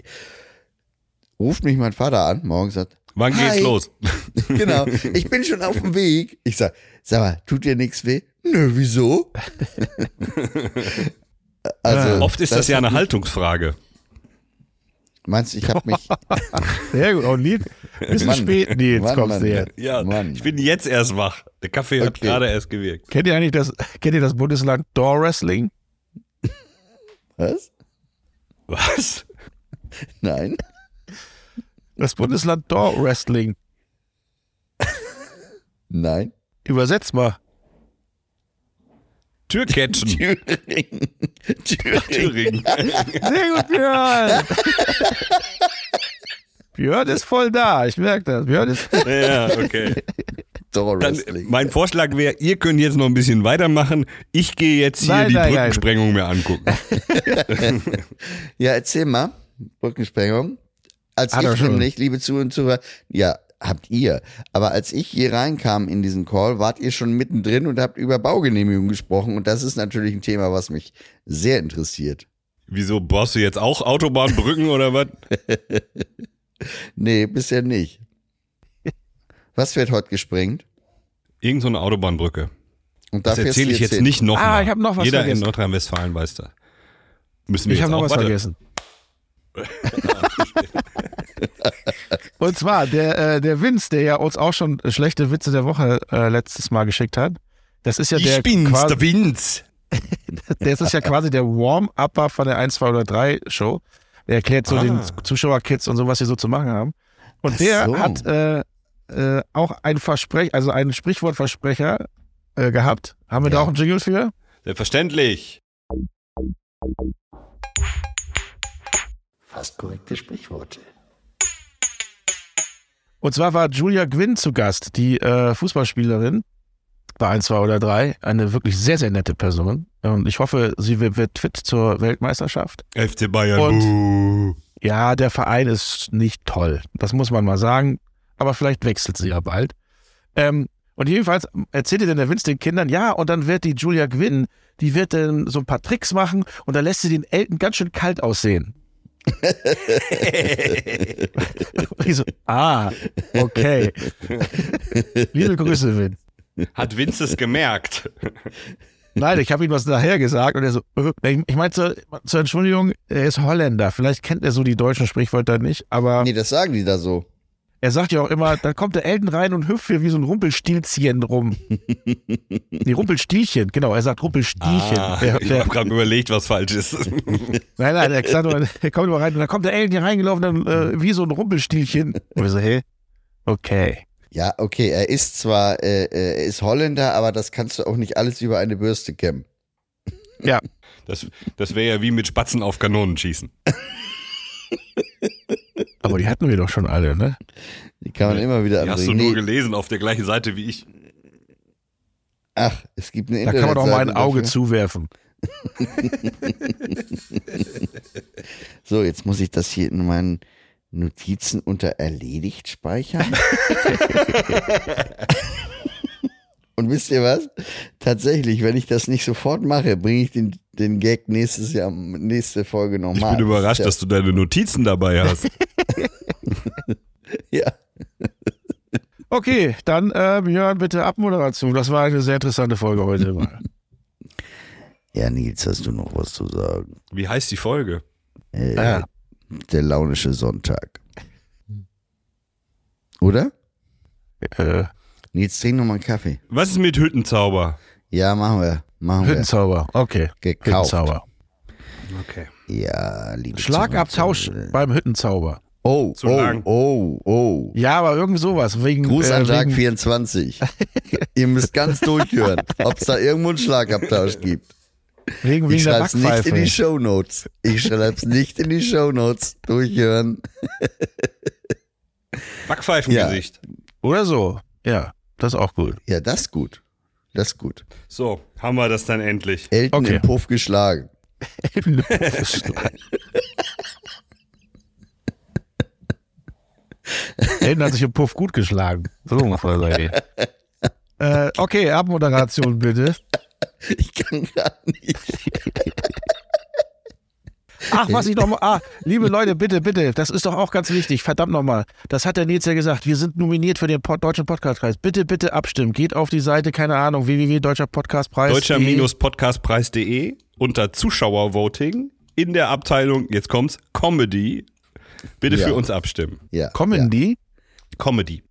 S4: Ruft mich mein Vater an, morgens sagt,
S3: Wann
S4: Hi.
S3: geht's los?
S4: genau, ich bin schon auf dem Weg. Ich sag, sag mal, tut dir nichts weh? Nö, wieso? also,
S3: Oft ist das, ja eine Haltungsfrage.
S4: meinst du, ich habe mich,
S2: Sehr gut, auch Nils. Bisschen
S4: Mann.
S2: spät, Nils,
S4: Mann,
S2: kommst du
S4: Mann.
S2: jetzt.
S3: Ja,
S4: Mann.
S3: ich bin jetzt erst wach. Der Kaffee hat
S4: Okay.
S3: gerade erst gewirkt.
S2: Kennt ihr eigentlich das, kennt ihr das Bundesland Door Wrestling?
S4: was?
S3: Was?
S4: Nein?
S2: Das Bundesland Door Wrestling.
S4: Nein?
S2: Übersetzt mal.
S3: Türcatchen.
S4: Thüringen. Thüringen.
S3: Thüringen.
S2: Sehr gut, Björn. Björn ist voll da. Ich merke das. Björn ist.
S3: ja, okay.
S4: Door
S3: Dann,
S4: Wrestling.
S3: mein Vorschlag wäre, ihr könnt jetzt noch ein bisschen weitermachen. Ich gehe jetzt hier
S2: Nein,
S3: die
S2: nein, nein.
S3: Brückensprengung mir angucken.
S4: Ja, erzähl mal, Brückensprengung. Als
S2: Hat er
S4: ich
S2: schon.
S4: nämlich, liebe Zuhörer und Zuhörer, ja, habt ihr. Aber als ich hier reinkam in diesen Call, wart ihr schon mittendrin und habt über Baugenehmigung gesprochen. Und das ist natürlich ein Thema, was mich sehr interessiert.
S3: Wieso brauchst du jetzt auch Autobahnbrücken oder was?
S4: Nee, bisher nicht. Was wird heute gesprengt?
S3: Irgend so eine Autobahnbrücke.
S4: Und
S3: Das
S4: da fährst du
S3: erzähle ich jetzt
S4: hin.
S3: nicht noch.
S2: Ah,
S3: mal.
S2: ich hab noch was
S3: Jeder
S2: vergessen.
S3: in Nordrhein-Westfalen weiß das. Müssen wir
S2: Ich habe
S3: jetzt
S2: noch
S3: auch
S2: was
S3: warte.
S2: vergessen. Und zwar der, äh, der Vince, der ja uns auch schon schlechte Witze der Woche äh, letztes Mal geschickt hat. Das ist ja der, quasi-
S3: Winz.
S2: das ist ja quasi der Warm-Upper von der 1, 2 oder 3 Show. Der erklärt so
S3: Ah.
S2: den Zuschauerkids und so, was sie so zu machen haben. Und
S4: Ach
S2: der
S4: so.
S2: hat äh, äh, auch ein Versprech, also einen Sprichwortversprecher äh, gehabt. Haben wir da
S4: Ja.
S2: auch einen Jingle für?
S3: Selbstverständlich.
S4: Fast korrekte Sprichworte.
S2: Und zwar war Julia Gwynn zu Gast, die äh, Fußballspielerin bei 1, 2 oder 3. Eine wirklich sehr, sehr nette Person. Und ich hoffe, sie wird, wird fit zur Weltmeisterschaft.
S3: FC Bayern. buh.
S2: Ja, der Verein ist nicht toll. Das muss man mal sagen. Aber vielleicht wechselt sie ja bald. Ähm, und jedenfalls erzählte denn der Vince den Kindern, ja, und dann wird die Julia Gwynn, die wird dann so ein paar Tricks machen und dann lässt sie den Eltern ganz schön kalt aussehen. Und ich so, ah, okay. Liebe Grüße, Vince.
S3: Hat Vince es gemerkt?
S2: Nein, ich habe ihm was nachher gesagt und er so, äh, ich, ich meine, zur, zur Entschuldigung, er ist Holländer. Vielleicht kennt er so die deutschen Sprichwörter nicht, aber
S4: Nee, das sagen die da so.
S2: er sagt ja auch immer, dann kommt der Elden rein und hüpft hier wie so ein Rumpelstilzchen rum. nee, Rumpelstilchen, genau, er sagt Rumpelstilchen.
S3: Ah,
S2: der,
S3: ich
S2: der,
S3: habe gerade überlegt, was falsch ist.
S2: nein, nein, er, sagt nur, er kommt immer rein und dann kommt der Elden hier reingelaufen dann, äh, wie so ein Rumpelstilchen. Und wir so, hey, okay.
S4: Ja, okay, er ist zwar, äh, äh, er ist Holländer, aber das kannst du auch nicht alles über eine Bürste kämmen.
S3: Das, das wäre ja wie mit Spatzen auf Kanonen schießen.
S2: Aber die hatten wir doch schon alle, ne?
S4: Die kann man immer wieder
S2: Also
S3: Die hast du
S4: anbringen.
S3: nur
S4: Nee.
S3: gelesen auf der gleichen Seite wie ich.
S4: Ach, es gibt eine
S2: Da kann man doch mal ein
S4: Internetseite
S2: Auge
S4: dafür.
S2: zuwerfen.
S4: So, jetzt muss ich das hier in meinen Notizen unter erledigt speichern. Und wisst ihr was? Tatsächlich, wenn ich das nicht sofort mache, bringe ich den, den Gag nächstes Jahr, nächste Folge
S3: Ich
S4: nochmal.
S3: bin überrascht, dass du deine Notizen dabei hast.
S4: Ja.
S2: Okay, dann äh, Björn, bitte Abmoderation. Das war eine sehr interessante Folge heute mal.
S4: ja, Nils, hast du noch was zu sagen?
S3: Wie heißt die Folge?
S4: Äh,
S2: Ah.
S4: Der launische Sonntag. Oder?
S2: äh,
S4: Nils, trink nochmal einen Kaffee.
S3: Was ist mit Hüttenzauber?
S4: Ja, machen wir. Machen wir.
S2: Hüttenzauber, okay.
S4: Gekauft.
S2: Hüttenzauber.
S3: Okay.
S4: Ja, liebe
S2: Schlagabtausch
S4: Zuhörer.
S2: beim Hüttenzauber.
S4: Oh,
S3: Zu
S4: oh,
S3: lang.
S4: oh, oh.
S2: Ja, aber irgend sowas. Wegen,
S4: Gruß
S2: äh,
S4: an Dark
S2: wegen,
S4: 24. Ihr müsst ganz durchhören, ob es da irgendwo einen Schlagabtausch gibt.
S2: wegen, wegen
S4: Ich
S2: der
S4: schreib's nicht in die
S2: Backpfeife.
S4: Shownotes. Ich schreib's nicht in die Shownotes. Durchhören.
S3: Backpfeifengesicht.
S2: Oder so. Ja, das ist auch gut.
S4: Ja, das ist gut. Das ist gut.
S3: So, haben wir das dann endlich.
S4: Elton
S2: Okay.
S4: im Puff geschlagen.
S2: Elden hat sich im Puff gut geschlagen. So muss man das sagen. Äh, okay, Abmoderation bitte.
S4: Ich kann gar nicht.
S2: Ach, was ich nochmal. Ah, liebe Leute, bitte, bitte, das ist doch auch ganz wichtig. Verdammt nochmal. Das hat der Nils ja gesagt. Wir sind nominiert für den Pod Deutschen Podcastpreis. Bitte, bitte abstimmen. Geht auf die Seite, keine Ahnung, www.deutscherpodcastpreis.
S3: Deutscher-podcastpreis.de unter Zuschauervoting in der Abteilung, jetzt kommt's, Comedy. Bitte
S4: Ja.
S3: für uns abstimmen.
S4: Ja.
S2: Kommen die?
S3: Comedy.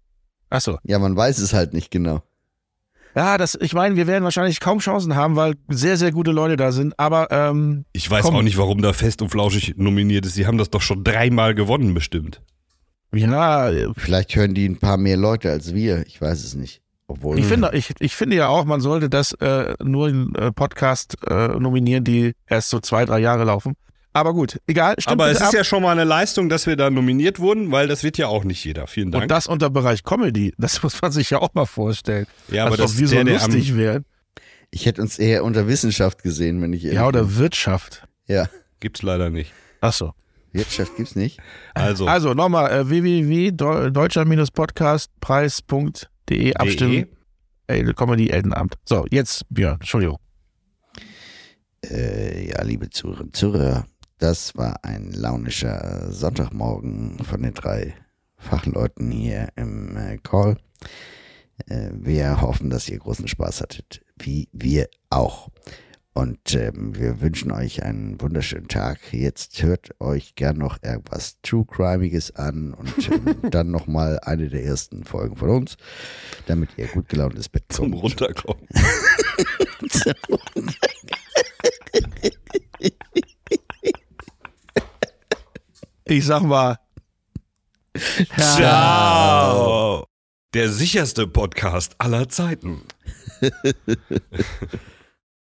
S2: Achso.
S4: Ja. ja, man weiß es halt nicht genau.
S2: Ja, das, ich meine, wir werden wahrscheinlich kaum Chancen haben, weil sehr, sehr gute Leute da sind. Aber ähm,
S3: Ich weiß
S2: Komm.
S3: auch nicht, warum da fest und flauschig nominiert ist. Sie haben das doch schon dreimal gewonnen, bestimmt.
S2: ja, ich
S4: Vielleicht hören die ein paar mehr Leute als wir. Ich weiß es nicht. Obwohl.
S3: Mhm.
S2: finde, ich, ich finde ja auch, man sollte das äh, nur in äh, Podcast äh, nominieren, die erst so zwei, drei Jahre laufen. Aber gut, egal. stimmt
S3: Aber es
S2: bitte
S3: ist
S2: ab.
S3: ja schon mal eine Leistung, dass wir da nominiert wurden, weil das wird ja auch nicht jeder. Vielen Dank.
S2: Und das unter Bereich Comedy, das muss man sich ja auch mal vorstellen.
S3: Ja, aber
S2: Als ob
S3: das
S2: wir so
S3: der, der am-
S2: lustig wären.
S4: Ich hätte uns eher unter Wissenschaft gesehen, wenn ich ehrlich
S2: Ja,
S4: bin.
S2: oder Wirtschaft.
S4: Ja,
S3: Gibt's leider nicht.
S2: Achso.
S4: Wirtschaft gibt's nicht.
S3: Also,
S2: Also nochmal, äh,
S3: E,
S2: www.deutscher-podcastpreis.de abstimmen. Ey, Comedy Eltenabend. So, jetzt Björn, Entschuldigung.
S4: Äh, ja, liebe Zuhörer, Zuhörer, das war ein launischer Sonntagmorgen von den drei Fachleuten hier im äh, Call. Äh, wir hoffen, dass ihr großen Spaß hattet, wie wir auch. Und ähm, wir wünschen euch einen wunderschönen Tag. Jetzt hört euch gern noch irgendwas True Crimeiges an und ähm, dann nochmal eine der ersten Folgen von uns, damit ihr gut gelaunt ins Bett
S3: zum
S4: kommt.
S3: um Runterkommen.
S2: Ich sag mal,
S3: Ciao. Der sicherste Podcast aller Zeiten.